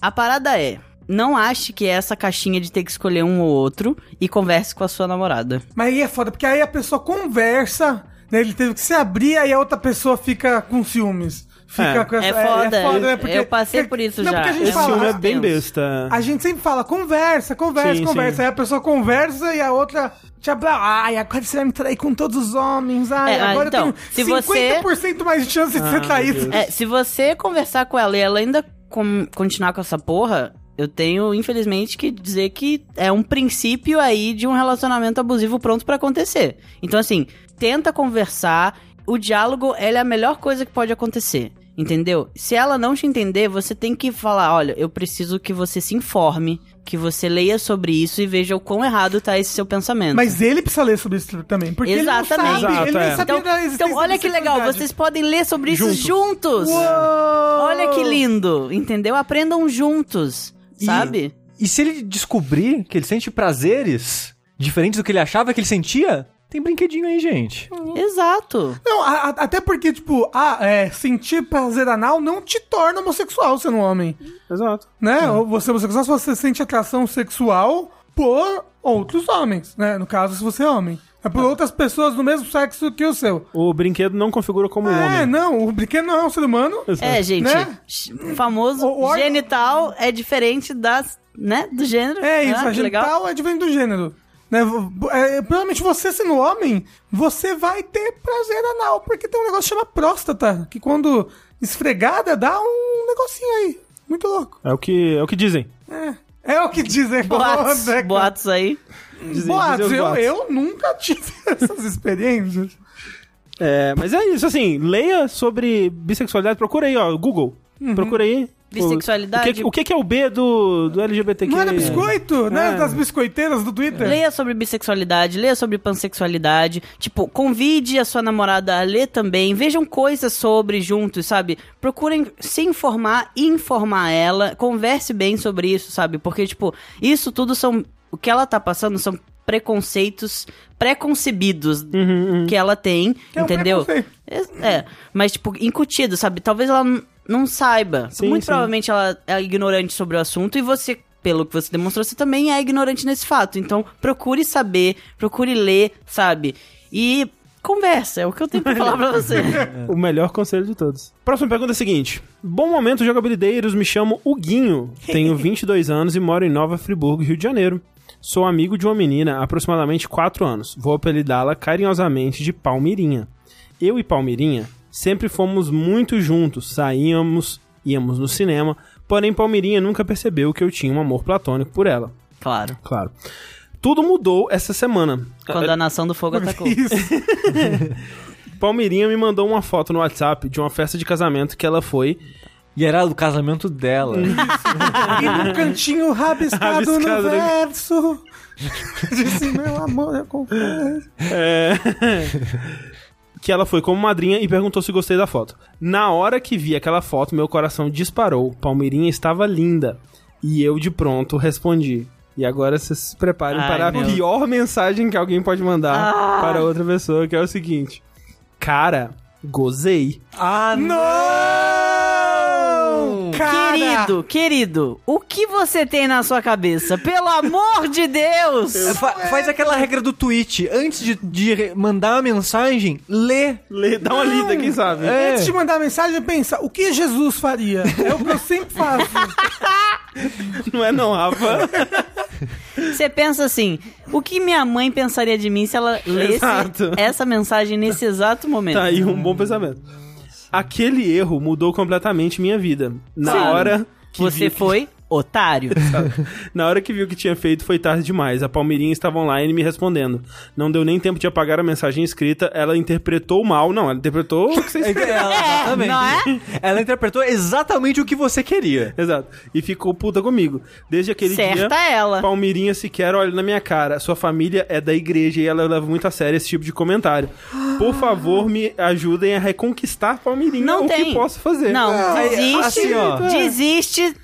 Speaker 4: A parada é, não ache que é essa caixinha de ter que escolher um ou outro e converse com a sua namorada.
Speaker 3: Mas aí é foda, porque aí a pessoa conversa, né? Ele teve que se abrir, aí a outra pessoa fica com ciúmes. Fica
Speaker 1: É.
Speaker 3: com
Speaker 4: É foda,
Speaker 3: né,
Speaker 4: eu- eu passei por isso
Speaker 3: não,
Speaker 4: já.
Speaker 3: Porque a gente
Speaker 4: Esse
Speaker 1: Esse
Speaker 3: fala,
Speaker 1: filme é
Speaker 4: "Ah,
Speaker 1: bem
Speaker 4: Deus".
Speaker 1: besta.
Speaker 3: A gente sempre fala, conversa, conversa,
Speaker 1: Sim,
Speaker 3: conversa.
Speaker 1: sim.
Speaker 3: Aí a pessoa conversa e a outra te abra. Ai, agora você vai me trair com todos os homens. Ai,
Speaker 4: É, ah,
Speaker 3: agora
Speaker 4: então,
Speaker 3: eu tenho
Speaker 4: se você-
Speaker 3: 50% mais de chance de
Speaker 1: Ah,
Speaker 3: ser
Speaker 1: meu
Speaker 3: traído.
Speaker 1: Deus.
Speaker 4: É, se você conversar com ela e ela ainda com- continuar com essa porra, eu tenho, infelizmente, que dizer que é um princípio aí de um relacionamento abusivo pronto pra acontecer. Então, assim, tenta conversar. O diálogo, ele é a melhor coisa que pode acontecer. Entendeu? Se ela não te entender, você tem que falar: olha, eu preciso que você se informe, que você leia sobre isso e veja o quão errado tá esse seu pensamento.
Speaker 3: Mas ele precisa ler sobre isso também. Porque
Speaker 4: Exatamente.
Speaker 3: ele não sabe, ele
Speaker 1: Exato,
Speaker 3: nem
Speaker 1: é.
Speaker 3: sabia
Speaker 4: então,
Speaker 3: da existência
Speaker 4: então, olha
Speaker 3: da
Speaker 4: que legal,
Speaker 3: sexualidade.
Speaker 4: vocês podem ler sobre isso
Speaker 1: Juntos.
Speaker 4: juntos.
Speaker 3: Uou!
Speaker 4: Olha que lindo, entendeu? Aprendam juntos,
Speaker 2: E-
Speaker 4: sabe?
Speaker 2: E se ele descobrir que ele sente prazeres diferentes do que ele achava que ele sentia, tem brinquedinho aí, gente.
Speaker 4: Exato.
Speaker 3: Não, a- a- até porque, tipo, ah, é, sentir prazer anal não te torna homossexual sendo um homem.
Speaker 1: Exato.
Speaker 3: Né? Ou Você é homossexual se você sente atração sexual por outros homens, né? No caso, se você é homem. É por outras pessoas do mesmo sexo que o seu.
Speaker 1: O brinquedo não configura como um
Speaker 3: É,
Speaker 1: homem.
Speaker 3: não, o brinquedo não é um ser humano.
Speaker 4: É, gente,
Speaker 3: Né?
Speaker 4: o famoso
Speaker 3: O órgão-
Speaker 4: genital é diferente das, né, do gênero.
Speaker 3: É isso,
Speaker 4: Ah,
Speaker 3: a
Speaker 4: que legal.
Speaker 3: genital é diferente do gênero. Né? V- é, provavelmente você sendo homem, você vai ter prazer anal, porque tem um negócio que chama próstata, que quando esfregada dá um negocinho aí. Muito louco.
Speaker 1: É o que, é o que dizem.
Speaker 3: É, é o que dizem.
Speaker 4: Boatos,
Speaker 3: né, cara?
Speaker 4: boatos aí.
Speaker 1: Dizem-
Speaker 3: Boatos,
Speaker 1: dizem os
Speaker 3: eu,
Speaker 1: boatos.
Speaker 3: eu nunca tive essas experiências.
Speaker 1: É, mas é isso, assim, leia sobre bissexualidade, procura aí, ó, Google. Procura aí.
Speaker 4: Uhum. Bissexualidade.
Speaker 1: O que, o que que é o B do, do LGBTQ?
Speaker 3: Não era biscoito, né?
Speaker 1: É.
Speaker 3: Das biscoiteiras do Twitter.
Speaker 4: Leia sobre bissexualidade, leia sobre pansexualidade. Tipo, convide a sua namorada a ler também. Vejam coisas sobre juntos, sabe? Procurem se informar, informar ela. Converse bem sobre isso, sabe? Porque, tipo, isso tudo são. O que ela tá passando são preconceitos preconcebidos
Speaker 1: Uhum, uhum.
Speaker 4: que ela tem,
Speaker 3: Que é um
Speaker 4: entendeu?
Speaker 3: preconceito.
Speaker 4: É, é, mas, tipo, incutido, sabe? Talvez ela n- não saiba.
Speaker 1: Sim,
Speaker 4: Muito
Speaker 1: sim.
Speaker 4: provavelmente ela é ignorante sobre o assunto e você, pelo que você demonstrou, você também é ignorante nesse fato. Então, procure saber, procure ler, sabe? E conversa, é o que eu tenho pra falar pra você.
Speaker 1: O melhor conselho de todos. Próxima pergunta é a seguinte. Bom momento, jogabilideiros. Me chamo Huguinho. Tenho 22 anos e moro em Nova Friburgo, Rio de Janeiro. Sou amigo de uma menina, aproximadamente 4 anos. Vou apelidá-la carinhosamente de Palmirinha. Eu e Palmirinha sempre fomos muito juntos. Saíamos, íamos no cinema. Porém, Palmirinha nunca percebeu que eu tinha um amor platônico por ela.
Speaker 4: Claro,
Speaker 1: Claro. Tudo mudou essa semana.
Speaker 4: quando a nação do fogo atacou.
Speaker 3: Isso.
Speaker 1: Palmirinha me mandou uma foto no WhatsApp de uma festa de casamento que ela foi
Speaker 2: E era do casamento dela.
Speaker 3: E num cantinho rabiscado,
Speaker 1: Rabiscado,
Speaker 3: no
Speaker 1: né?
Speaker 3: verso. Disse, meu amor, eu confesso.
Speaker 1: É. que ela foi como madrinha e perguntou se gostei da foto. Na hora que vi aquela foto, meu coração disparou. Palmeirinha estava linda. E eu de pronto respondi. E agora vocês se preparem
Speaker 4: Ai,
Speaker 1: para
Speaker 4: meu.
Speaker 1: a pior mensagem que alguém pode mandar
Speaker 4: Ah.
Speaker 1: para outra pessoa, que é o seguinte: Cara, gozei.
Speaker 2: ah,
Speaker 3: Não! Cara,
Speaker 4: Querido, querido, o que você tem na sua cabeça? Pelo amor de Deus!
Speaker 2: Fa- faz aquela regra do tweet. Antes de, de re- mandar uma mensagem, lê.
Speaker 1: Lê- Dá uma lida, quem sabe?
Speaker 2: É.
Speaker 3: Antes de mandar a mensagem, pensa, o que Jesus faria? É o que eu sempre faço.
Speaker 1: Não é, não, Rafa?
Speaker 4: Você pensa assim, o que minha mãe pensaria de mim se ela lesse
Speaker 1: Exato.
Speaker 4: essa mensagem nesse exato momento?
Speaker 1: Tá aí um bom pensamento. Aquele erro mudou completamente minha vida. Na
Speaker 4: Claro.
Speaker 1: hora que
Speaker 4: Você
Speaker 1: vi-
Speaker 4: foi otário.
Speaker 1: Na hora que viu que tinha feito, foi tarde demais. A Palmeirinha estava online me respondendo. Não deu nem tempo de apagar a mensagem escrita. Ela interpretou mal. Não, ela interpretou o que você escreveu.
Speaker 2: Ela, exatamente.
Speaker 4: não é?
Speaker 2: Ela interpretou exatamente o que você queria.
Speaker 1: Exato. E ficou puta comigo. Desde aquele
Speaker 4: Certa
Speaker 1: dia,
Speaker 4: ela.
Speaker 1: Palmeirinha sequer olha na minha cara. Sua família é da igreja e ela leva muito a sério esse tipo de comentário. Por favor, me ajudem a reconquistar Palmeirinha.
Speaker 4: Não
Speaker 1: o
Speaker 4: tem.
Speaker 1: que posso fazer?
Speaker 4: Não,
Speaker 2: É,
Speaker 4: desiste.
Speaker 2: assim, ó.
Speaker 4: Desiste.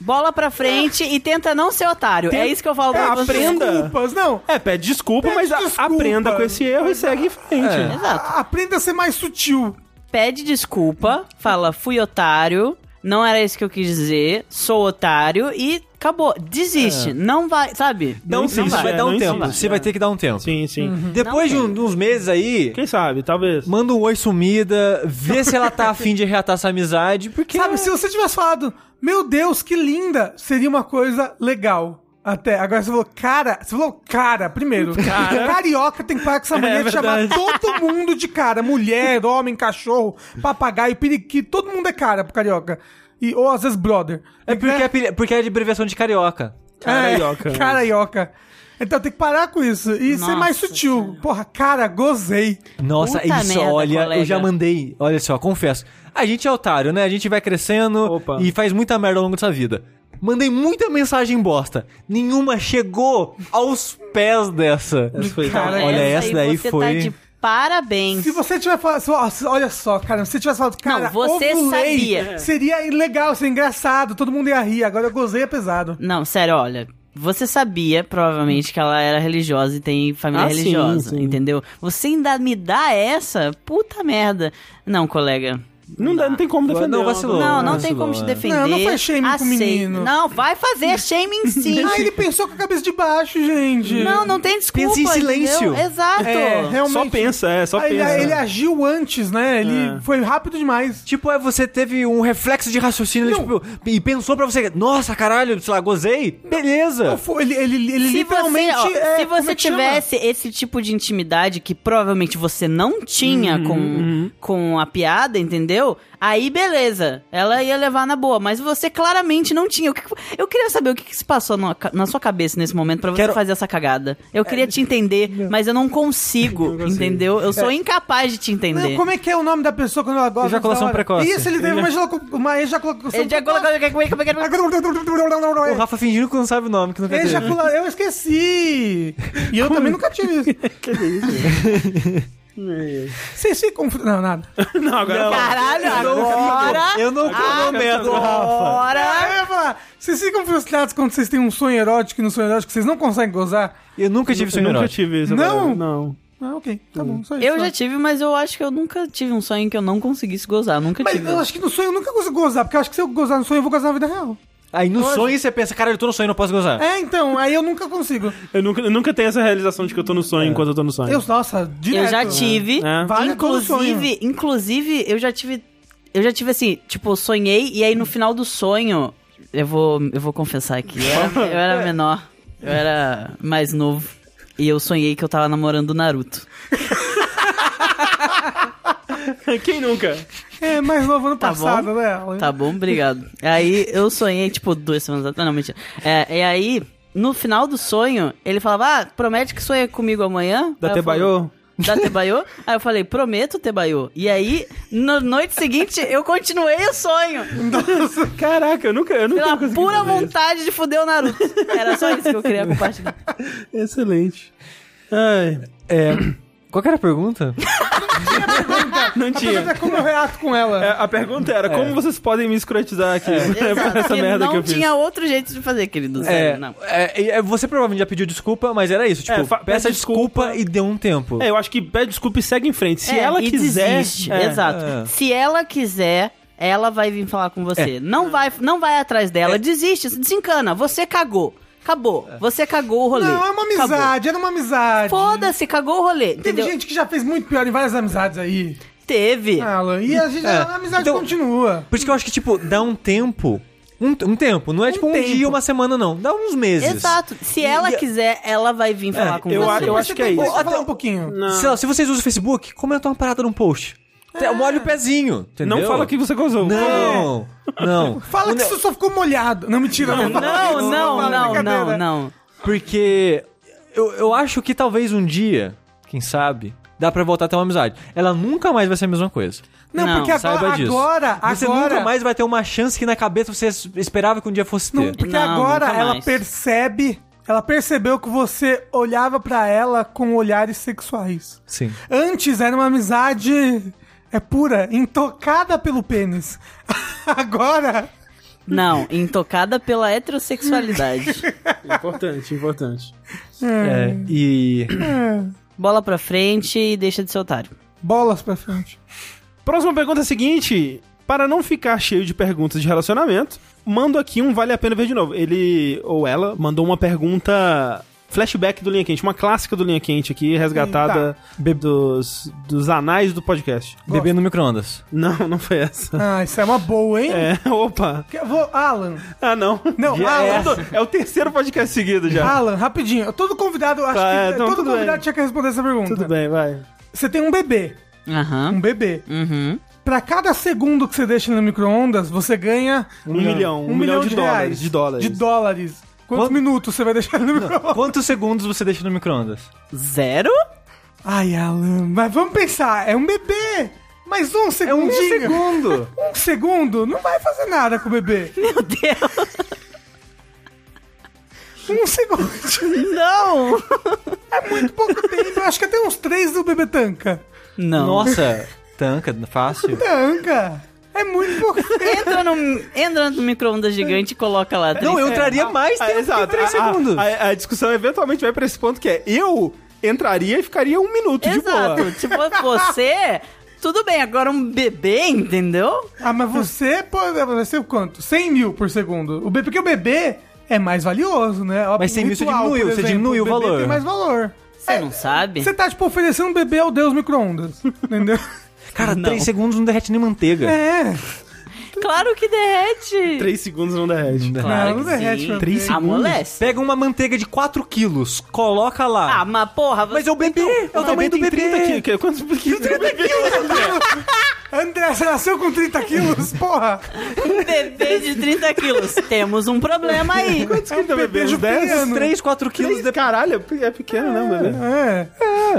Speaker 4: Bola pra frente e tenta não ser otário. É isso que eu falo
Speaker 1: É,
Speaker 4: pra você.
Speaker 1: aprenda.
Speaker 3: Desculpas, não.
Speaker 1: É, pede desculpa,
Speaker 3: Pede
Speaker 1: mas a-
Speaker 3: desculpa.
Speaker 1: aprenda com esse erro e segue em frente.
Speaker 2: É.
Speaker 4: Exato.
Speaker 3: A- Aprenda a ser mais sutil.
Speaker 4: Pede desculpa, fala, fui otário, não era isso que eu quis dizer, sou otário e acabou.
Speaker 2: É.
Speaker 4: Desiste. Não vai, sabe?
Speaker 2: Dá um
Speaker 1: insiste,
Speaker 2: tempo,
Speaker 1: vai.
Speaker 2: vai dar
Speaker 1: Não
Speaker 2: um tempo.
Speaker 1: insiste,
Speaker 2: Você vai ter que dar um tempo.
Speaker 1: Sim, sim.
Speaker 4: Uhum.
Speaker 2: Depois
Speaker 4: Não
Speaker 2: de um- uns meses aí,
Speaker 1: Quem sabe, talvez.
Speaker 2: manda um oi sumida, vê se ela tá afim de reatar essa amizade, porque.
Speaker 3: Sabe, se você tivesse falado, meu Deus, que linda, seria uma coisa legal. Até. Agora você falou, cara. Você falou, cara, primeiro. Carioca tem que parar com essa mania de chamar todo mundo de cara. Mulher, homem, cachorro, papagaio, periquito. Todo mundo é cara pro carioca. E, ou às vezes brother.
Speaker 2: É porque, é apeli- porque é de abreviação de carioca.
Speaker 1: Carioca.
Speaker 3: É, carioca. Então tem que parar com isso. E ser mais
Speaker 4: Nossa
Speaker 3: sutil. Porra, cara, gozei.
Speaker 2: Nossa,
Speaker 4: Puta
Speaker 2: isso,
Speaker 4: merda,
Speaker 2: olha, eu
Speaker 4: colega.
Speaker 2: já mandei. Olha só, confesso. A gente é otário, né? A gente vai crescendo
Speaker 1: Opa.
Speaker 2: e faz muita merda ao longo dessa vida. Mandei muita mensagem bosta. Nenhuma chegou aos pés dessa.
Speaker 1: Essa foi-
Speaker 3: Cara,
Speaker 2: olha,
Speaker 4: aí
Speaker 2: essa daí
Speaker 4: você
Speaker 2: foi-
Speaker 4: Tá de parabéns.
Speaker 3: Se você tiver falado. se- ó, se- Olha só, cara, se você tivesse falado, cara,
Speaker 4: Não, você
Speaker 3: ovulei,
Speaker 1: É.
Speaker 4: sabia.
Speaker 3: Seria legal, seria engraçado, todo mundo ia rir. Agora eu gozei é pesado.
Speaker 4: Não, sério, olha. Você sabia, provavelmente, que ela era religiosa e tem família
Speaker 1: Ah, sim,
Speaker 4: religiosa,
Speaker 1: sim.
Speaker 4: entendeu? Você ainda me dá essa? Puta merda. Não, colega.
Speaker 1: Não, dá, não tem como defender.
Speaker 2: Não, vacilou.
Speaker 4: Não, não
Speaker 2: isso
Speaker 4: tem
Speaker 2: não,
Speaker 4: como te
Speaker 2: é.
Speaker 4: defender.
Speaker 3: Não, não faz shaming com
Speaker 4: Aceita.
Speaker 3: menino.
Speaker 4: Não, vai fazer shaming sim.
Speaker 3: Ah, ele pensou com a cabeça de baixo, gente.
Speaker 4: Não, não tem desculpa.
Speaker 2: Pensa em
Speaker 4: entendeu?
Speaker 2: silêncio.
Speaker 4: Exato.
Speaker 3: É, realmente.
Speaker 1: Só pensa, é, só
Speaker 3: Ah, ele,
Speaker 1: pensa.
Speaker 3: ele agiu antes, né? Ele
Speaker 1: É.
Speaker 3: foi rápido demais.
Speaker 2: Tipo, é você teve um reflexo de raciocínio,
Speaker 3: Não.
Speaker 2: tipo, e pensou pra você, nossa, caralho, sei lá, gozei? Beleza.
Speaker 3: Foi- Ele, ele, ele
Speaker 4: Se você,
Speaker 3: literalmente.
Speaker 4: ó,
Speaker 3: é,
Speaker 4: se
Speaker 3: como
Speaker 4: você
Speaker 3: é que chama?
Speaker 4: tivesse esse tipo de intimidade que provavelmente você não tinha
Speaker 3: Uhum,
Speaker 4: com, com a piada, entendeu? Aí beleza, ela ia levar na boa, mas você claramente não tinha. O que- Eu queria saber o que, que se passou na, ca- na sua cabeça nesse momento pra você
Speaker 2: Quero-
Speaker 4: fazer essa cagada.
Speaker 3: É,
Speaker 4: Eu queria te entender, mas eu não consigo, entendeu? Eu sou incapaz de te
Speaker 3: É. Não,
Speaker 4: entender.
Speaker 3: como é que é o nome da pessoa quando ela gosta
Speaker 2: Ejaculação precoce.
Speaker 3: Isso, ele teve uma ejaculação. Uma ejaculação
Speaker 4: Ele já colocou- como é que- como é que-
Speaker 2: O Rafa fingindo que não sabe o nome, que nunca teve.
Speaker 3: Ejacula... Eu esqueci! E eu também nunca tive isso. Vocês ficam. Não, nada.
Speaker 1: Não, agora fala.
Speaker 4: Caralho,
Speaker 2: Eu não-
Speaker 4: agora...
Speaker 2: eu não
Speaker 1: comprometo,
Speaker 4: Agora...
Speaker 3: Eu ia falar, vocês ficam frustrados quando vocês têm um sonho erótico e no sonho erótico vocês não conseguem gozar?
Speaker 2: Eu nunca
Speaker 1: Eu
Speaker 2: tive sonho
Speaker 1: nunca
Speaker 2: erótico.
Speaker 1: tive isso.
Speaker 3: Não?
Speaker 1: cara. Não.
Speaker 3: Ah, ok, tá bom, só isso.
Speaker 4: Eu já
Speaker 3: tive.
Speaker 4: tive, mas eu acho que eu nunca tive um sonho que eu não conseguisse gozar. Nunca
Speaker 3: Mas
Speaker 4: tive.
Speaker 3: eu acho que no sonho eu nunca consigo gozar, porque eu acho que se eu gozar no sonho eu vou gozar na vida real.
Speaker 2: Aí no sonho você pensa, caralho, eu tô no sonho, não posso gozar.
Speaker 3: É, então, aí eu nunca consigo.
Speaker 1: Eu nunca, eu nunca tenho essa realização de que eu tô no sonho enquanto eu tô no sonho.
Speaker 3: Eu, nossa, direto. né?
Speaker 4: Eu já tive.
Speaker 1: É.
Speaker 3: Vale todo sonho.
Speaker 4: inclusive, inclusive, eu já tive. Eu já tive assim, tipo, eu sonhei e aí no final do sonho. Eu vou, eu vou confessar aqui. Eu era, eu era menor. Eu era mais novo. E eu sonhei que eu tava namorando o Naruto.
Speaker 1: Quem nunca?
Speaker 3: É, mais novo ano
Speaker 4: Tá
Speaker 3: passado,
Speaker 4: bom.
Speaker 3: né?
Speaker 4: Tá bom, obrigado. Aí eu sonhei, tipo, duas semanas atrás. Não, mentira. É, e aí, no final do sonho, ele falava: Ah, promete que sonha comigo amanhã?
Speaker 1: Da
Speaker 4: Aí eu falei,
Speaker 1: Tebaio?
Speaker 4: Da Tebaio? Aí eu falei, prometo, Tebaio. E aí, na noite seguinte, eu continuei o sonho.
Speaker 1: Caraca, eu nunca, eu nunca
Speaker 4: Pela
Speaker 1: consegui
Speaker 4: pura
Speaker 1: fazer
Speaker 4: vontade de fuder o Naruto. Era só isso que eu queria compartilhar.
Speaker 1: isso. Excelente. Ai,
Speaker 2: É. Qual que era a pergunta?
Speaker 1: não tinha.
Speaker 3: Até é como eu reato com ela.
Speaker 1: É, a pergunta era, como vocês podem me escrotizar aqui por essa
Speaker 4: É. Porque
Speaker 1: merda
Speaker 4: não
Speaker 1: que eu fiz?
Speaker 4: tinha outro jeito de fazer, querido. sério,
Speaker 2: É,
Speaker 4: não.
Speaker 2: é, é, você provavelmente já pediu desculpa, mas era isso. Tipo,
Speaker 1: É, fa-
Speaker 2: peça
Speaker 1: pede
Speaker 2: desculpa,
Speaker 1: desculpa.
Speaker 2: e dê um tempo.
Speaker 1: É, eu acho que pede desculpa e segue em frente. Se
Speaker 4: É,
Speaker 1: ela
Speaker 4: e
Speaker 1: quiser...
Speaker 4: desiste,
Speaker 1: é.
Speaker 4: Exato.
Speaker 2: É.
Speaker 4: Se ela quiser, ela vai vir falar com você. Não, vai, não vai atrás dela. Desiste, desencana. Você cagou. Acabou. Você cagou o rolê.
Speaker 3: Não, é uma
Speaker 4: Acabou.
Speaker 3: amizade, era uma amizade.
Speaker 4: Foda-se, cagou o rolê.
Speaker 3: Teve
Speaker 4: Entendeu?
Speaker 3: gente que já fez muito pior em várias amizades aí.
Speaker 4: Teve.
Speaker 3: Alan, e a, gente,
Speaker 2: É.
Speaker 3: a amizade
Speaker 2: Então-
Speaker 3: continua.
Speaker 2: Por isso que eu acho que, tipo, dá um tempo. Um, um tempo, não é tipo um
Speaker 3: tempo.
Speaker 2: dia, uma semana, não. Dá uns meses.
Speaker 4: Exato. Se
Speaker 2: E-
Speaker 4: ela
Speaker 2: e- É.
Speaker 4: quiser, ela vai vir falar com
Speaker 1: eu
Speaker 4: você.
Speaker 1: acho- eu acho- que é isso.
Speaker 3: Até um pouquinho.
Speaker 1: Não.
Speaker 2: Sei lá, se vocês usam o Facebook, comenta uma parada num post. Te- Molha o pezinho, entendeu? É.
Speaker 1: Não fala que você gozou.
Speaker 2: Não, não.
Speaker 3: Fala que isso só ficou molhado. Não, mentira.
Speaker 4: Não, não, não, não, não, não.
Speaker 2: Porque eu, eu acho que talvez um dia, quem sabe, dá pra voltar a ter uma amizade. Ela nunca mais vai ser a mesma coisa.
Speaker 3: Não,
Speaker 4: Não,
Speaker 3: porque agora,
Speaker 2: Saiba disso.
Speaker 3: agora,
Speaker 2: você
Speaker 3: agora-
Speaker 2: nunca mais vai ter uma chance que na cabeça você es- esperava que um dia fosse
Speaker 3: Não,
Speaker 2: ter.
Speaker 3: porque
Speaker 4: Não,
Speaker 3: agora
Speaker 4: nunca
Speaker 3: ela
Speaker 4: mais.
Speaker 3: percebe, ela percebeu que você olhava pra ela com olhares sexuais.
Speaker 2: Sim.
Speaker 3: Antes era uma amizade é pura, intocada pelo pênis. Agora
Speaker 4: Não, intocada pela heterossexualidade.
Speaker 1: Importante, importante.
Speaker 2: É, e.
Speaker 4: Bola pra frente e deixa de ser otário.
Speaker 3: bolas pra frente.
Speaker 1: Próxima pergunta é a seguinte: para não ficar cheio de perguntas de relacionamento, mando aqui um vale a pena ver de novo. Ele ou ela mandou uma pergunta flashback do Linha Quente, uma clássica do Linha Quente aqui, resgatada dos, dos anais do podcast.
Speaker 2: Bebê no micro-ondas.
Speaker 1: Não, não foi essa.
Speaker 3: Ah, isso é uma boa, hein?
Speaker 1: É, opa.
Speaker 3: Que- Vou, Alan,
Speaker 1: Ah, não.
Speaker 3: Não,
Speaker 1: Já
Speaker 3: ah,
Speaker 1: é,
Speaker 3: essa.
Speaker 1: o- é o terceiro podcast seguido já.
Speaker 3: Alan, rapidinho. Eu- Todo convidado, acho
Speaker 1: Tá,
Speaker 3: que
Speaker 1: é, não,
Speaker 3: todo
Speaker 1: tudo
Speaker 3: convidado
Speaker 1: bem.
Speaker 3: tinha que responder essa pergunta.
Speaker 1: Tudo bem, vai.
Speaker 3: Você tem um bebê, um
Speaker 4: Aham.
Speaker 3: bebê.
Speaker 4: Uhum.
Speaker 3: Pra cada segundo que você deixa no micro-ondas, você ganha
Speaker 1: Um milhão, um milhão de dólares,
Speaker 3: reais.
Speaker 1: de dólares.
Speaker 3: De dólares. Quantos
Speaker 2: Quanto-
Speaker 3: minutos você vai deixar no micro-ondas?
Speaker 2: Quantos segundos você deixa no micro-ondas?
Speaker 4: Zero?
Speaker 3: Ai, Alan, mas vamos pensar, é um bebê. Mas
Speaker 1: É
Speaker 3: um segundinho.
Speaker 2: segundo!
Speaker 3: Um segundo não vai fazer nada com o bebê.
Speaker 4: Meu Deus!
Speaker 3: Um segundo.
Speaker 4: Não!
Speaker 3: É muito pouco tempo. Eu acho que até uns três do bebê tanca.
Speaker 4: Não.
Speaker 2: Nossa, tanca, fácil.
Speaker 3: Tanca. É muito pouco tempo.
Speaker 4: Entra no, entra no micro-ondas gigante e coloca lá. tá três-
Speaker 2: Não, eu entraria mais
Speaker 1: Ah,
Speaker 2: tempo que
Speaker 1: exato.
Speaker 2: três
Speaker 1: A- a-
Speaker 2: segundos.
Speaker 1: A, a discussão eventualmente vai pra esse ponto que é: eu entraria e ficaria um minuto de boa.
Speaker 4: Exato. Tipo, você... Tudo bem, agora um bebê, entendeu?
Speaker 3: Ah, mas você pode. Vai ser o quanto? 100 mil por segundo. O bebê, porque o bebê é mais valioso, né? Ó,
Speaker 2: Mas 100 mil você
Speaker 3: ritual, por
Speaker 2: diminuiu, você
Speaker 3: exemplo,
Speaker 2: diminuiu o
Speaker 3: bebê
Speaker 2: valor.
Speaker 3: Tem mais valor.
Speaker 4: Você não sabe?
Speaker 3: Você tá, tipo, oferecendo um bebê ao Deus micro-ondas. Entendeu?
Speaker 2: Cara,
Speaker 4: Não.
Speaker 2: três segundos não derrete nem manteiga.
Speaker 3: É.
Speaker 4: Claro que derrete!
Speaker 1: Três segundos não derrete.
Speaker 4: Claro
Speaker 3: Não,
Speaker 4: que
Speaker 3: não derrete,
Speaker 4: sim.
Speaker 3: meu
Speaker 1: Três
Speaker 3: Deus.
Speaker 1: segundos?
Speaker 4: Amolece.
Speaker 2: Pega uma manteiga de 4 quilos, coloca lá.
Speaker 4: Ah, mas porra... Você...
Speaker 2: mas é o bebê,
Speaker 1: então
Speaker 2: é o tamanho do
Speaker 1: tem
Speaker 2: bebê.
Speaker 1: 30 quilos. que- é Quantos quilos? 30
Speaker 3: André, você nasceu com 30 quilos? Porra!
Speaker 4: Um bebê de 30 quilos. Temos um problema aí.
Speaker 1: Quantos quilos
Speaker 3: É
Speaker 1: é
Speaker 3: um
Speaker 1: bebê?
Speaker 3: beijo
Speaker 1: Uns 10?
Speaker 3: pequeno.
Speaker 2: 3, 4 quilos, de...
Speaker 1: Caralho, é pe- é pequeno, né, bebê?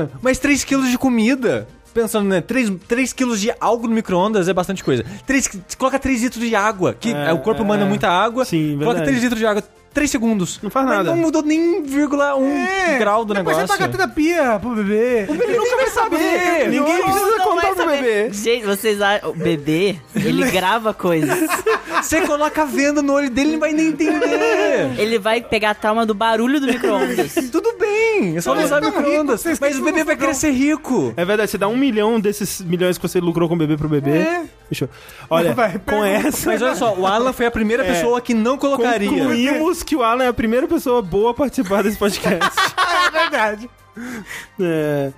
Speaker 3: É.
Speaker 2: mas 3 quilos de comida. Pensando, né? 3, três quilos de algo no micro-ondas é bastante coisa. Três, coloca 3 litros de água, que
Speaker 1: É,
Speaker 2: é, o corpo humano é
Speaker 1: é.
Speaker 2: muita água.
Speaker 1: Sim,
Speaker 2: coloca
Speaker 1: verdade.
Speaker 2: 3 litros de água, 3 segundos.
Speaker 1: Não faz
Speaker 2: Mas
Speaker 1: nada.
Speaker 2: Não mudou nem vírgula 1
Speaker 3: É.
Speaker 2: grau do
Speaker 3: Depois
Speaker 2: negócio.
Speaker 3: você paga terapia pro bebê. O
Speaker 2: Ele nunca vai
Speaker 3: É.
Speaker 2: saber.
Speaker 1: Ninguém precisa
Speaker 4: Não vai
Speaker 1: contar pro
Speaker 4: saber.
Speaker 1: bebê.
Speaker 4: Gente, vocês acham. O bebê, ele grava coisas.
Speaker 2: Você coloca a venda no olho dele, ele não vai nem entender.
Speaker 4: Ele vai pegar a trauma do barulho do micro-ondas.
Speaker 2: Tudo bem, é só
Speaker 3: Vocês
Speaker 2: usar
Speaker 3: tão ricos,
Speaker 2: micro-ondas.
Speaker 3: vocês
Speaker 2: Mas
Speaker 3: têm
Speaker 2: o bebê
Speaker 3: tudo
Speaker 2: vai
Speaker 3: fogão.
Speaker 2: crescer rico.
Speaker 1: É verdade, você dá um milhão desses milhões que você lucrou com o bebê pro bebê.
Speaker 3: É.
Speaker 1: Fechou. Olha,
Speaker 3: Vai,
Speaker 1: com
Speaker 3: pergunta.
Speaker 1: essa,
Speaker 2: Mas olha só, o Alan foi a primeira pessoa que não colocaria.
Speaker 1: concluímos que o Alan é a primeira pessoa boa a participar desse podcast.
Speaker 3: É verdade.
Speaker 1: É.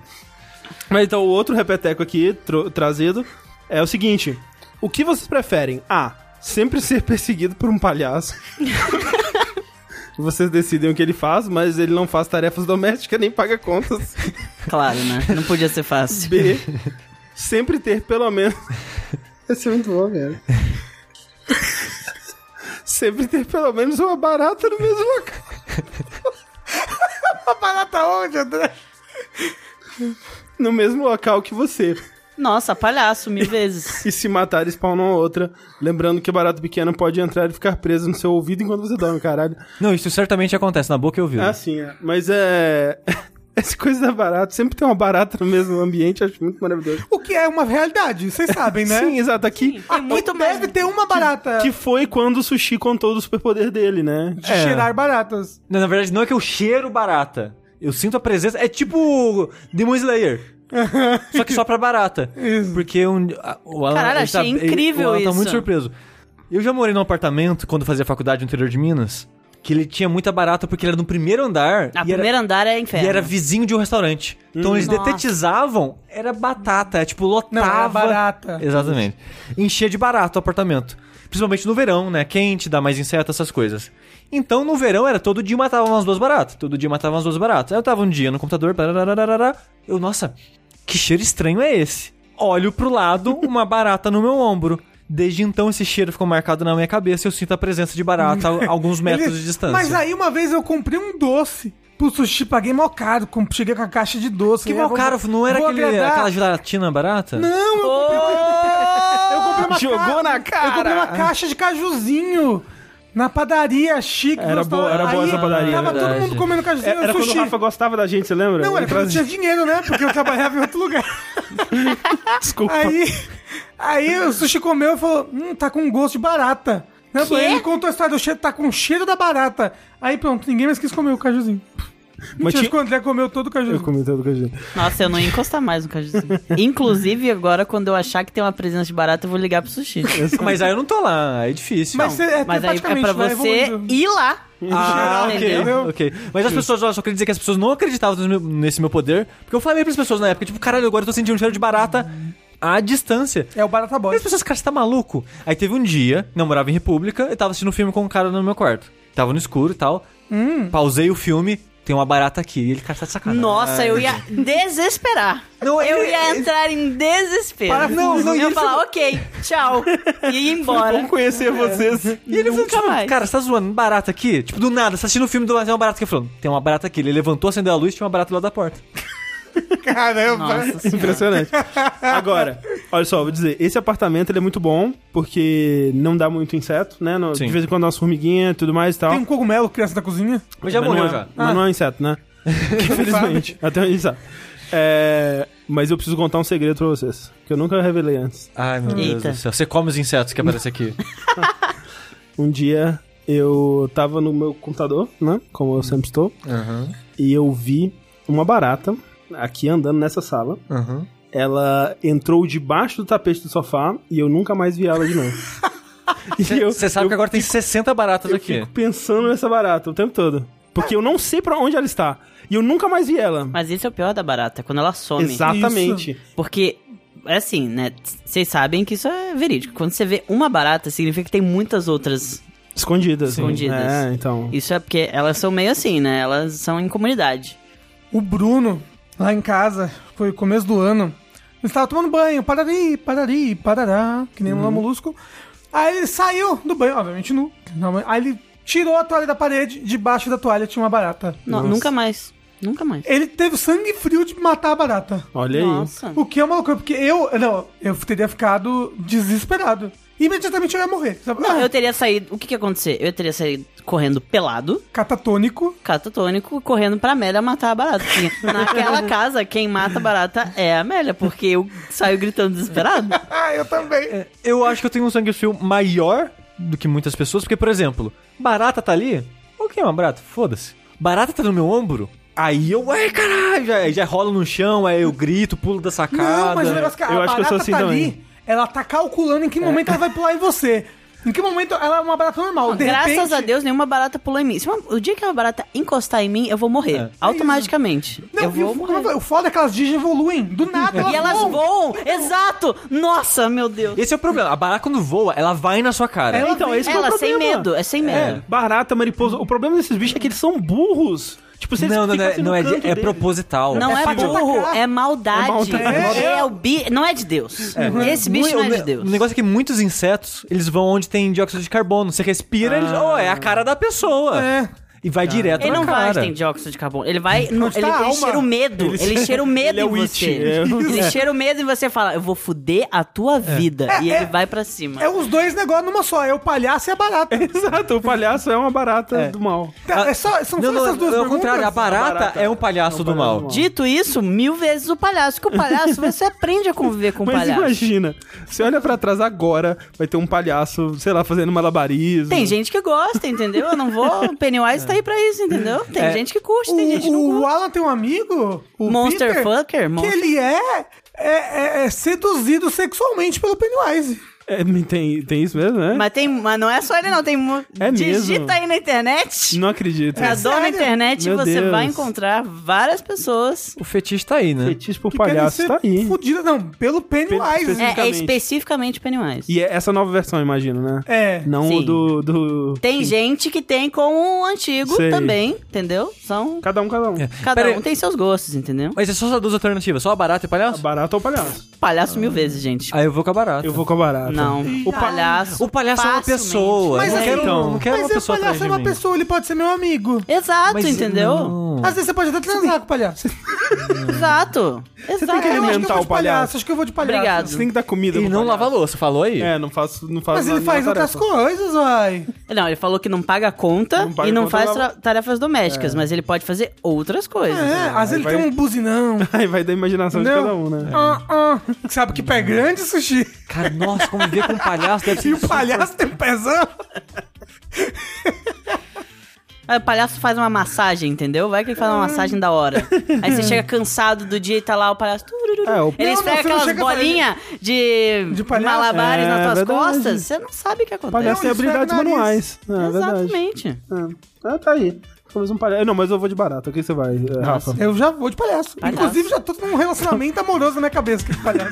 Speaker 1: Mas então, o outro repeteco aqui tro- trazido é o seguinte: O que vocês preferem? A. Sempre ser perseguido por um palhaço. vocês decidem o que ele faz, mas ele não faz tarefas domésticas nem paga contas.
Speaker 4: Claro, né? Não podia ser fácil.
Speaker 1: B. Sempre ter pelo menos. Esse é muito bom, velho. Sempre ter pelo menos uma barata no mesmo local.
Speaker 3: A barata onde, André?
Speaker 1: No mesmo local que você.
Speaker 4: Nossa, palhaço, mil vezes.
Speaker 1: e se matar, spawnam a outra. Lembrando que barato pequeno pode entrar e ficar preso no seu ouvido enquanto você dorme, caralho.
Speaker 2: Não, isso certamente acontece, na boca eu vi.
Speaker 1: Ah, sim, é. Mas é. Essa coisa da barata, sempre tem uma barata no mesmo ambiente, acho muito maravilhoso.
Speaker 3: O que é uma realidade, vocês sabem, né?
Speaker 1: Sim, exato, aqui.
Speaker 4: Tem É muito
Speaker 3: Deve
Speaker 4: mais.
Speaker 3: ter uma barata
Speaker 1: Que foi quando o Sushi contou do superpoder dele, né?
Speaker 3: de
Speaker 2: É.
Speaker 3: cheirar baratas.
Speaker 2: Não, na verdade, não é que eu cheiro barata. Eu sinto a presença. É tipo Demon Slayer. só que só pra barata.
Speaker 3: Isso.
Speaker 2: Porque um- a- o Alan,
Speaker 4: Caralho,
Speaker 2: ele tá-
Speaker 4: achei
Speaker 2: ele-
Speaker 4: incrível
Speaker 2: o Alan tá
Speaker 4: isso.
Speaker 2: muito surpreso. Eu já morei num apartamento quando fazia faculdade no interior de Minas. Que ele tinha muita barata porque ele era no primeiro andar.
Speaker 4: A
Speaker 2: e era-
Speaker 4: primeira andar é
Speaker 2: E
Speaker 4: inferno.
Speaker 2: era vizinho de um restaurante. Então eles
Speaker 4: Nossa.
Speaker 2: detetizavam, era batata, é tipo lotava.
Speaker 3: Não, era barata.
Speaker 2: Exatamente. Enchia de barato o apartamento. Principalmente no verão, né? Quente, dá mais inseto, essas coisas. Então no verão era todo dia matava umas duas baratas. Todo dia matava umas duas baratas. Aí eu tava um dia no computador, bararararará, eu, nossa, que cheiro estranho é esse? olho pro lado, uma barata no meu ombro. Desde então, esse cheiro ficou marcado na minha cabeça e eu sinto a presença de barata a alguns metros
Speaker 3: Ele-
Speaker 2: de distância.
Speaker 3: Mas aí uma vez eu comprei um doce pro sushi, paguei mal caro. com- Cheguei com a caixa de doce.
Speaker 2: que
Speaker 3: falei, ah,
Speaker 2: mal
Speaker 3: vou-
Speaker 2: caro, não era
Speaker 3: vou
Speaker 2: aquele,
Speaker 3: agradar.
Speaker 2: aquela gelatina barata?
Speaker 3: Não, eu comprei, eu comprei uma
Speaker 1: Jogou
Speaker 3: ca-
Speaker 1: na
Speaker 3: Eu comprei uma
Speaker 1: cara.
Speaker 3: caixa de cajuzinho. Na padaria, chique.
Speaker 1: Era
Speaker 3: gostosa.
Speaker 1: boa- era boa
Speaker 3: Aí
Speaker 1: essa padaria,
Speaker 3: Tava todo
Speaker 2: verdade.
Speaker 3: mundo comendo cajuzinho
Speaker 1: Era
Speaker 3: e
Speaker 1: quando o
Speaker 3: sushi.
Speaker 1: Rafa gostava da gente, você lembra? Ele
Speaker 3: Não, era porque eu
Speaker 1: trazia-
Speaker 3: tinha dinheiro, né? Porque eu trabalhava em outro lugar.
Speaker 1: Desculpa.
Speaker 3: Aí, aí o sushi comeu e falou: Hum, tá com gosto de barata. Né?
Speaker 4: Quê?
Speaker 3: Ele contou a história do cheiro, tá com cheiro da barata. Aí pronto, ninguém mais quis comer o cajuzinho.
Speaker 1: Mas
Speaker 3: Mas
Speaker 1: tinha-
Speaker 3: tinha... o André comeu todo o
Speaker 1: Eu
Speaker 3: cajuzinho.
Speaker 1: comi tudo com a gente.
Speaker 4: Nossa, eu não ia encostar mais no cajuzinho. Inclusive, agora, quando eu achar que tem uma presença de barata, eu vou ligar pro sushi.
Speaker 2: Mas aí eu não tô lá, é difícil.
Speaker 3: Mas você é
Speaker 4: Mas aí é
Speaker 3: praticamente,
Speaker 4: pra
Speaker 3: vai
Speaker 4: você
Speaker 3: evoluindo.
Speaker 4: ir lá.
Speaker 2: Ah, ok,
Speaker 4: Entendeu?
Speaker 2: ok. Mas as pessoas, ó, só queria dizer que as pessoas não acreditavam no meu- nesse meu poder, porque eu falei pras pessoas na época, tipo, caralho, agora eu tô sentindo um cheiro de barata à distância.
Speaker 3: É o barata
Speaker 2: E
Speaker 3: boy.
Speaker 2: as pessoas, cara, você tá maluco? Aí teve um dia, não eu morava em República, eu tava assistindo um filme com um cara no meu quarto. Tava no escuro e tal.
Speaker 3: Hum.
Speaker 2: Pausei o filme, tem uma barata aqui. E ele, cara, tá de sacanagem.
Speaker 4: Nossa, eu ia desesperar.
Speaker 2: Não,
Speaker 4: eu
Speaker 2: ele-
Speaker 4: ia
Speaker 2: ele-
Speaker 4: entrar em desespero.
Speaker 2: Para- não, não,
Speaker 4: eu ia
Speaker 2: ele-
Speaker 4: falar, ok, tchau. E ia embora.
Speaker 1: Como conhecer vocês?
Speaker 2: E ele falou,
Speaker 4: Nunca
Speaker 2: tipo,
Speaker 4: mais.
Speaker 2: cara, você tá zoando barata aqui? Tipo, do nada, você tá assistindo o filme, do nada, tem uma barata aqui. Ele falou, tem uma barata aqui. Ele levantou, acendeu a luz, tinha uma barata lá da porta.
Speaker 3: Caramba.
Speaker 4: Nossa senhora.
Speaker 1: Impressionante. Agora, olha só, vou dizer, esse apartamento ele é muito bom, porque não dá muito inseto, né? No-
Speaker 2: Sim.
Speaker 1: de vez em quando dá umas formiguinhas e tudo mais e tal.
Speaker 3: Tem um cogumelo criança da cozinha?
Speaker 2: Mas já
Speaker 1: Mas
Speaker 2: morreu
Speaker 1: não é-
Speaker 2: já.
Speaker 1: Mas não é um inseto, né? Infelizmente. Até onde a gente sabe. É, mas eu preciso contar um segredo pra vocês, que eu nunca revelei antes.
Speaker 2: Ai, meu Deus
Speaker 4: Eita.
Speaker 2: do céu. Você come os insetos que aparecem aqui.
Speaker 1: Um dia eu tava no meu computador, né? Como eu sempre estou,
Speaker 2: Aham,
Speaker 1: e eu vi uma barata aqui andando nessa sala.
Speaker 2: aham.
Speaker 1: Ela entrou debaixo do tapete do sofá e eu nunca mais vi ela de novo. E eu-
Speaker 2: Você sabe
Speaker 1: eu
Speaker 2: que é agora tem 60 baratas
Speaker 1: Eu
Speaker 2: aqui.
Speaker 1: fico pensando nessa barata o tempo todo. Porque eu não sei pra onde ela está. E eu nunca mais vi ela.
Speaker 4: Mas é isso é o pior da barata, quando ela some.
Speaker 1: Exatamente.
Speaker 4: Porque, é assim, né? Vocês sabem que isso é verídico. Quando você vê uma barata, significa que tem muitas outras.
Speaker 1: Escondidas.
Speaker 4: Escondidas.
Speaker 1: É, então.
Speaker 4: Isso é porque elas são meio assim, né? Elas são em comunidade.
Speaker 3: O Bruno, lá em casa, foi começo do ano, ele estava tomando banho, parari, parari, parará, que nem um lá molusco. Aí ele saiu do banho, obviamente nu. Não, Aí ele tirou a toalha da parede, debaixo da toalha tinha uma barata.
Speaker 4: No- nunca mais. Nunca mais.
Speaker 3: Ele teve sangue frio de matar a barata.
Speaker 1: Olha
Speaker 4: Nossa.
Speaker 3: O que é uma loucura, porque eu, não, eu teria ficado desesperado. Imediatamente eu ia morrer. Sabe?
Speaker 4: Não,
Speaker 3: Ah,
Speaker 4: eu teria saído. O que que ia acontecer? Eu teria saído correndo pelado,
Speaker 3: Catatônico.
Speaker 4: catatônico, correndo pra Amélia matar a barata. Porque naquela casa, quem mata a barata é a Amélia, porque eu saio gritando desesperado.
Speaker 3: Ah, eu também.
Speaker 2: Eu acho que eu tenho um sangue frio maior do que muitas pessoas, porque, por exemplo, barata tá ali? Ok, uma barata, foda-se. Barata tá no meu ombro? Aí eu, ai caralho, já, já rola no chão, aí eu grito, pulo da sacada.
Speaker 3: Não, mas o negócio é que a
Speaker 1: Eu acho que
Speaker 3: barata
Speaker 1: eu sou assim
Speaker 3: tá
Speaker 1: também. É.
Speaker 3: ali, ela tá calculando em que momento ela vai pular em você. Em que momento ela é uma barata normal. De
Speaker 4: Graças
Speaker 3: repente-
Speaker 4: a Deus, nenhuma barata pulou em mim. Se uma- o dia que uma barata encostar em mim, eu vou morrer. automaticamente.
Speaker 3: Não,
Speaker 4: eu
Speaker 3: e
Speaker 4: vou
Speaker 3: o,
Speaker 4: morrer.
Speaker 3: o foda é que elas digi evoluem. Do nada, elas
Speaker 4: E elas
Speaker 3: voam.
Speaker 4: voam! Exato! Nossa, meu Deus!
Speaker 2: Esse é o problema, a barata quando voa, ela vai na sua cara.
Speaker 3: Ela-
Speaker 1: Então, esse que é
Speaker 4: Ela
Speaker 1: o
Speaker 4: sem
Speaker 1: problema.
Speaker 4: medo, é sem
Speaker 1: É,
Speaker 4: medo.
Speaker 1: barata, mariposa. O problema desses bichos é que eles são burros. Tipo, se eles
Speaker 2: não, não, não,
Speaker 1: ficam
Speaker 2: é-
Speaker 1: assim
Speaker 2: não
Speaker 1: no
Speaker 2: é, de-
Speaker 1: canto
Speaker 2: é
Speaker 1: deles.
Speaker 2: proposital.
Speaker 4: Não é,
Speaker 3: pra te
Speaker 4: burro,
Speaker 3: atacar.
Speaker 4: é maldade.
Speaker 1: É maldade.
Speaker 4: É, o bi... Não é de Deus. Esse bicho não é de Deus.
Speaker 2: O negócio é que muitos insetos, eles vão onde tem dióxido de carbono. Você respira, eles. Oh, é a cara da pessoa.
Speaker 3: É.
Speaker 2: E vai direto
Speaker 4: Ele
Speaker 2: na
Speaker 4: não vai
Speaker 2: cara.
Speaker 4: onde tem dióxido de carbono. Ele vai. no-
Speaker 3: Onde
Speaker 4: ele,
Speaker 3: tá a
Speaker 4: ele
Speaker 3: alma.
Speaker 4: cheira o medo. Ele, cheira o medo
Speaker 1: ele é
Speaker 4: em
Speaker 1: o it,
Speaker 4: você.
Speaker 1: é.
Speaker 4: Ele cheira o medo e você fala: Eu vou fuder a tua vida. e
Speaker 3: É, é.
Speaker 4: ele vai pra cima.
Speaker 3: É os dois negócios numa só. É o palhaço e a barata.
Speaker 1: Exato, o palhaço é uma barata
Speaker 2: É.
Speaker 1: do mal.
Speaker 3: Tá, é só, são
Speaker 2: Não,
Speaker 3: só
Speaker 2: não,
Speaker 3: essas duas
Speaker 2: é o contrário, a
Speaker 3: perguntas?
Speaker 2: barata,
Speaker 1: barata
Speaker 2: é um palhaço do mal.
Speaker 1: do mal.
Speaker 4: Dito isso, mil vezes o palhaço. Que o palhaço, você aprende a conviver com o
Speaker 1: Mas
Speaker 4: Um palhaço.
Speaker 1: imagina, você olha pra trás agora, vai ter um palhaço, sei lá, fazendo malabarismo.
Speaker 4: Tem gente que gosta, entendeu? Eu não vou. Pennywise tá aí pra isso, entendeu? Tem
Speaker 1: É.
Speaker 4: gente que curte, tem gente que não
Speaker 3: O, o
Speaker 4: curte.
Speaker 3: Alan tem um amigo, o
Speaker 4: Monster
Speaker 3: Peter,
Speaker 4: fucker,
Speaker 3: que
Speaker 4: monster.
Speaker 3: ele é, é, é- é seduzido sexualmente pelo Pennywise.
Speaker 1: É, tem, tem isso mesmo, né?
Speaker 4: Mas tem. Mas não é só ele, não. Tem. mu-
Speaker 1: É
Speaker 4: Digita
Speaker 1: mesmo?
Speaker 4: aí na internet.
Speaker 1: Não acredito.
Speaker 4: Na dona
Speaker 3: sério?
Speaker 4: internet
Speaker 1: Meu
Speaker 4: você
Speaker 1: Deus.
Speaker 4: vai encontrar várias pessoas.
Speaker 2: O fetiche tá aí, né?
Speaker 1: Fetiche por
Speaker 3: Que
Speaker 1: palhaço tá aí.
Speaker 3: Fudido, não, pelo Pennywise.
Speaker 1: Pe-
Speaker 4: É, é
Speaker 1: Especificamente.
Speaker 4: especificamente Pennywise.
Speaker 1: E é essa nova versão, imagino, né?
Speaker 3: É.
Speaker 1: Não
Speaker 4: Sim.
Speaker 1: o do, do.
Speaker 4: Tem gente que tem com o antigo
Speaker 1: Sei.
Speaker 4: também, entendeu? São.
Speaker 1: Cada um, cada um.
Speaker 2: É.
Speaker 4: Cada
Speaker 2: Pera
Speaker 4: um
Speaker 2: aí.
Speaker 4: tem seus gostos, entendeu?
Speaker 2: Mas é só essas duas alternativas, só a barata e o palhaço?
Speaker 1: Barata ou palhaço?
Speaker 4: palhaço mil vezes, gente.
Speaker 2: Aí eu vou com a barata.
Speaker 1: Eu vou com a barata.
Speaker 4: Não, o palhaço.
Speaker 2: O palhaço é uma
Speaker 4: facilmente.
Speaker 2: pessoa.
Speaker 3: Mas
Speaker 2: eu
Speaker 4: assim,
Speaker 2: não
Speaker 3: é-
Speaker 2: quero,
Speaker 1: então.
Speaker 2: não quero
Speaker 3: Mas
Speaker 2: uma
Speaker 3: o
Speaker 2: pessoa atrás
Speaker 3: palhaço
Speaker 2: de
Speaker 3: é uma
Speaker 2: mim.
Speaker 3: pessoa, ele pode ser meu amigo.
Speaker 4: Exato,
Speaker 2: Mas hum,
Speaker 4: entendeu?
Speaker 2: não.
Speaker 3: Às vezes você pode até transar com o palhaço.
Speaker 4: Exato.
Speaker 1: tem que
Speaker 3: Eu acho
Speaker 1: alimentar
Speaker 4: Exato.
Speaker 3: que eu vou
Speaker 1: o
Speaker 3: de
Speaker 1: palhaço.
Speaker 3: Acho que eu vou de palhaço.
Speaker 4: Obrigado.
Speaker 1: Você tem que dar comida
Speaker 2: E
Speaker 1: pro
Speaker 2: não lava
Speaker 1: palhaço.
Speaker 2: a louça, falou aí?
Speaker 1: É, não faço, não faço
Speaker 3: Mas ele
Speaker 1: nada,
Speaker 3: faz
Speaker 1: não
Speaker 3: outras
Speaker 1: tarefa.
Speaker 3: coisas, vai.
Speaker 4: Não, ele falou que não paga a conta
Speaker 1: Não paga
Speaker 4: e
Speaker 1: a
Speaker 4: não
Speaker 1: conta,
Speaker 4: faz
Speaker 1: ela-
Speaker 4: tra- tarefas domésticas, mas ele pode fazer outras coisas.
Speaker 3: É,
Speaker 4: né?
Speaker 3: às vezes ele
Speaker 1: vai-
Speaker 3: tem um buzinão.
Speaker 1: Aí vai da imaginação de
Speaker 3: Não.
Speaker 1: cada um,
Speaker 4: É.
Speaker 1: né?
Speaker 3: Ah, ah. Sabe que pé é grande, sushi?
Speaker 2: Cara, nossa, conviver com um palhaço deve
Speaker 3: E
Speaker 2: ser
Speaker 3: o palhaço tem um pezão?
Speaker 4: Aí o palhaço faz uma massagem, entendeu? Vai que ele faz uma massagem da hora. Aí você chega cansado do dia e tá lá o palhaço. turururu.
Speaker 1: É, o-
Speaker 4: Ele
Speaker 3: Não,
Speaker 4: esfrega
Speaker 3: não, você não
Speaker 4: aquelas
Speaker 3: chega a fazer-
Speaker 4: bolinhas de,
Speaker 3: De palhaço.
Speaker 4: malabares
Speaker 1: É,
Speaker 4: nas tuas
Speaker 1: verdade.
Speaker 4: costas. Você não sabe o que
Speaker 1: O
Speaker 4: acontece.
Speaker 1: palhaço tem
Speaker 3: Não, esfrega
Speaker 1: habilidades
Speaker 3: o nariz.
Speaker 1: manuais. É, é verdade.
Speaker 4: Exatamente.
Speaker 1: É. Ah, tá aí. Pelo menos um palhaço. Não, mas eu vou de barata. O que você vai, eh, Rafa?
Speaker 3: Eu já vou de palhaço.
Speaker 4: Palhaço.
Speaker 3: Inclusive, já tô num relacionamento amoroso na minha cabeça com esse palhaço.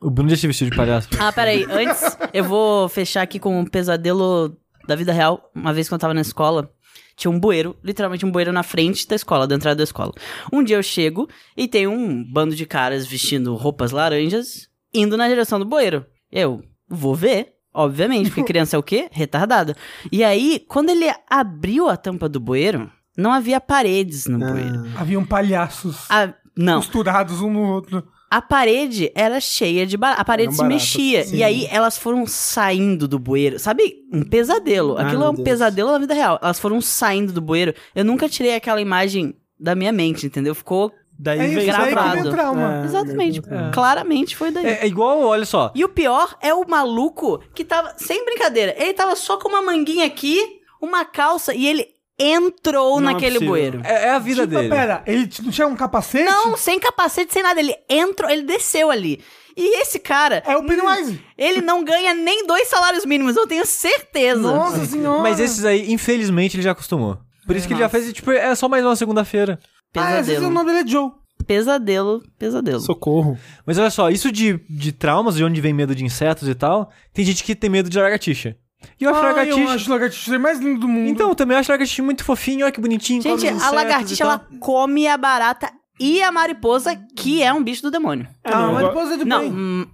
Speaker 2: O Bruno já se vestiu de palhaço.
Speaker 4: Ah, peraí. Antes, eu vou fechar aqui com um pesadelo da vida real. Uma vez que eu tava na escola, tinha um bueiro, literalmente um bueiro na frente da escola, da entrada da escola. Um dia eu chego e tem um bando de caras vestindo roupas laranjas indo na direção do bueiro. Eu vou ver, obviamente, porque criança é o quê? Retardada. E aí, quando ele abriu a tampa do bueiro, não havia paredes
Speaker 1: Ah.
Speaker 4: no bueiro.
Speaker 3: Haviam palhaços
Speaker 4: Ah, não.
Speaker 3: costurados um no outro.
Speaker 4: A parede era cheia de baratas. A parede
Speaker 1: Eram
Speaker 4: se
Speaker 1: baratas,
Speaker 4: mexia.
Speaker 1: um sim.
Speaker 4: E aí elas foram saindo do bueiro. Sabe? Um pesadelo.
Speaker 1: Ai,
Speaker 4: Aquilo
Speaker 1: meu
Speaker 4: é um
Speaker 1: Deus.
Speaker 4: pesadelo na vida real. Elas foram saindo do bueiro. Eu nunca tirei aquela imagem da minha mente, entendeu? Ficou.
Speaker 1: Daí
Speaker 3: É
Speaker 1: vem
Speaker 3: isso aí que
Speaker 4: gravado.
Speaker 3: vem o trauma.
Speaker 1: Ah,
Speaker 4: Exatamente. Claramente foi daí.
Speaker 2: É, é igual, olha só.
Speaker 4: E o pior é o maluco que tava. Sem brincadeira. Ele tava só com uma manguinha aqui, uma calça. E ele entrou
Speaker 1: Não é
Speaker 4: naquele
Speaker 1: possível.
Speaker 4: bueiro.
Speaker 2: É, é a vida
Speaker 3: Tipo,
Speaker 2: dele.
Speaker 3: pera, ele t- não tinha um capacete?
Speaker 4: Não, sem capacete, sem nada. Ele entrou, ele desceu ali. E esse cara.
Speaker 3: É o Pennywise.
Speaker 4: Ele não ganha nem dois salários mínimos, eu tenho certeza. Hum.
Speaker 3: Nossa senhora.
Speaker 2: Mas esses aí, infelizmente, ele já acostumou. Por isso que ele já fez, tipo, é só mais uma segunda-feira.
Speaker 3: Ah, às vezes
Speaker 4: Pesadelo.
Speaker 3: o nome dele é Joe.
Speaker 4: Pesadelo, pesadelo.
Speaker 1: Ah, Socorro.
Speaker 2: Mas olha só, isso de, de traumas, de onde vem medo de insetos e tal, tem gente que tem medo de lagartixa.
Speaker 4: É
Speaker 2: E eu acho
Speaker 3: Ai,
Speaker 2: lagartixa.
Speaker 3: Ah, eu acho o lagartixa ser mais lindo do mundo.
Speaker 2: Então, eu também acho lagartixa muito fofinho, olha que bonitinho. come os
Speaker 4: Gente, a
Speaker 2: insetos e
Speaker 4: lagartixa,
Speaker 2: tal.
Speaker 4: ela come a barata e a mariposa, que é um bicho do demônio.
Speaker 3: Ah,
Speaker 1: não,
Speaker 3: mas
Speaker 1: eu-
Speaker 3: depois é do
Speaker 4: Não,
Speaker 3: bem.
Speaker 4: hum,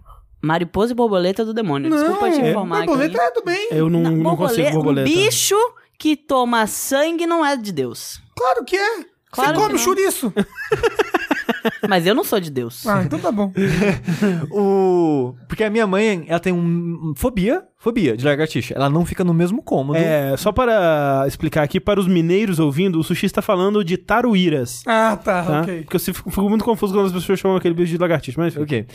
Speaker 4: mariposa e borboleta é do demônio. Desculpa te
Speaker 3: Não,
Speaker 4: informar.
Speaker 3: borboleta
Speaker 4: aqui.
Speaker 3: é do bem.
Speaker 1: Eu não, não consigo borboleta.
Speaker 4: Um bicho que toma sangue não é de Deus.
Speaker 3: Claro que é.
Speaker 4: Claro
Speaker 3: Você
Speaker 4: que
Speaker 3: come
Speaker 4: não.
Speaker 3: chouriço.
Speaker 4: Mas eu não sou de Deus.
Speaker 3: Ah, então tá bom.
Speaker 2: O... Porque a minha mãe, ela tem um... um fobia, fobia de lagartixa. Ela não fica no mesmo cômodo.
Speaker 1: É, só para explicar aqui para os mineiros ouvindo, o sushi está falando de taruíras.
Speaker 3: Ah, tá,
Speaker 1: Tá?
Speaker 3: ok.
Speaker 1: Porque eu se- fico muito confuso quando as pessoas chamam aquele bicho de lagartixa, mas enfim.
Speaker 2: Ok.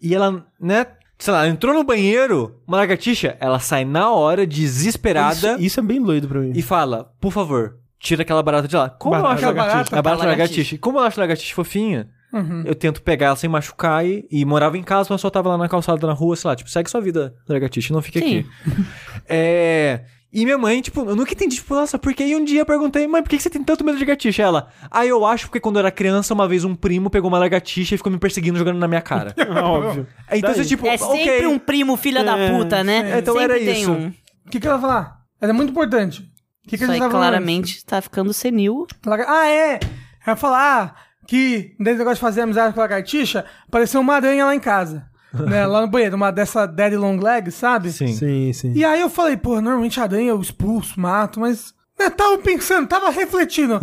Speaker 2: E ela, né? Sei lá, entrou no banheiro, uma lagartixa, ela sai na hora, desesperada,
Speaker 1: Isso, isso é bem doido pra mim.
Speaker 2: e fala: por favor, tira aquela barata de lá. Como
Speaker 1: Barata.
Speaker 2: eu acho
Speaker 3: Aquela
Speaker 2: lagartixa?
Speaker 3: barata?
Speaker 2: a barata
Speaker 4: Aquela
Speaker 2: lagartixa. Como eu acho lagartixa fofinha,
Speaker 3: Uhum.
Speaker 2: eu tento pegar ela sem machucar e, e morava em casa, mas só tava lá na calçada, na rua, sei lá, tipo, segue sua vida, lagartixa, não fica
Speaker 4: Sim.
Speaker 2: aqui. é. E minha mãe, tipo, eu nunca entendi, tipo, nossa, por quê? E um dia eu perguntei, mãe, por que que você tem tanto medo de lagartixa? Ela, ah, eu acho porque quando eu era criança, uma vez um primo pegou uma lagartixa e ficou me perseguindo, jogando na minha cara.
Speaker 1: Ah, óbvio.
Speaker 2: Então
Speaker 1: Daí.
Speaker 2: você, tipo,
Speaker 4: É sempre
Speaker 2: ok.
Speaker 4: um primo filha da
Speaker 1: É,
Speaker 4: puta, né?
Speaker 2: Então
Speaker 4: sempre
Speaker 2: era
Speaker 4: tem
Speaker 2: isso.
Speaker 4: um.
Speaker 3: O que, que ela vai falar? Era muito importante. O que, que
Speaker 4: Isso
Speaker 3: a
Speaker 4: aí
Speaker 3: gente tava falando
Speaker 4: claramente tá ficando senil.
Speaker 3: antes? Lagar- Ah, é. Ela falar que, desse negócio de fazer amizade com a lagartixa, apareceu uma aranha lá em casa. né, lá no banheiro, uma dessa daddy long leg, sabe?
Speaker 2: Sim.
Speaker 1: Sim, sim.
Speaker 3: E aí eu falei, pô, normalmente aranha eu expulso, mato, mas. Né, tava pensando, tava refletindo.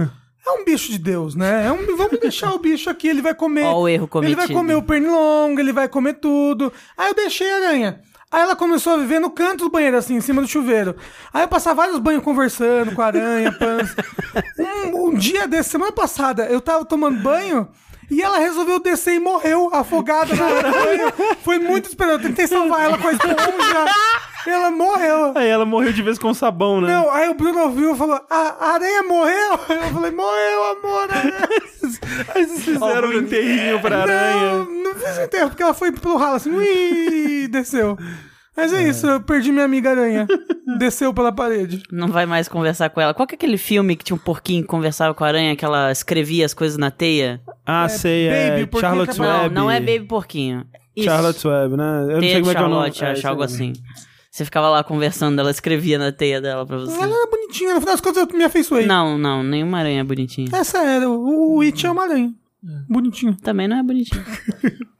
Speaker 3: É um bicho de Deus, né? É um- vamos deixar o bicho aqui, ele vai comer.
Speaker 4: Ó o erro cometido.
Speaker 3: Ele vai comer o pernilongo, ele vai comer tudo. Aí eu deixei a aranha. Aí ela começou a viver no canto do banheiro, assim, em cima do chuveiro. Aí eu passava vários banhos conversando com a aranha, pans. Um, um dia desse, semana passada, eu tava tomando banho e ela resolveu descer e morreu, afogada na área do banho. Foi muito esperado. Eu tentei salvar ela com a esponja. Ela morreu.
Speaker 1: Aí ela morreu de vez com sabão, né?
Speaker 3: Não, aí o Bruno ouviu e falou: A a aranha morreu? Eu falei: Morreu, amor, aranha.
Speaker 1: Aí vocês fizeram um enterrinho pra aranha.
Speaker 3: Não, não fiz o enterro, porque ela foi pelo ralo assim, ui, desceu. Mas é, isso, eu perdi minha amiga aranha. Desceu pela parede.
Speaker 4: Não vai mais conversar com ela. Qual que é aquele filme que tinha um porquinho que conversava com a aranha, que ela escrevia as coisas na teia?
Speaker 1: Ah, sei, é
Speaker 3: Baby, por que
Speaker 1: Charlotte
Speaker 3: que-
Speaker 1: Web.
Speaker 4: Não, não é Baby Porquinho. Isso.
Speaker 1: Charlotte Web, né? Eu não sei
Speaker 4: Teia de
Speaker 1: como é que é o nome.
Speaker 4: Charlotte, acho
Speaker 1: isso
Speaker 4: algo
Speaker 1: aí.
Speaker 4: assim. Você ficava lá conversando, ela escrevia na teia dela pra você.
Speaker 3: Ela era bonitinha, no final das contas eu me afeiçoei.
Speaker 4: Não, não, nenhuma aranha é bonitinha.
Speaker 3: Essa era, o, o It é uma aranha. Bonitinho.
Speaker 4: Também não é bonitinha.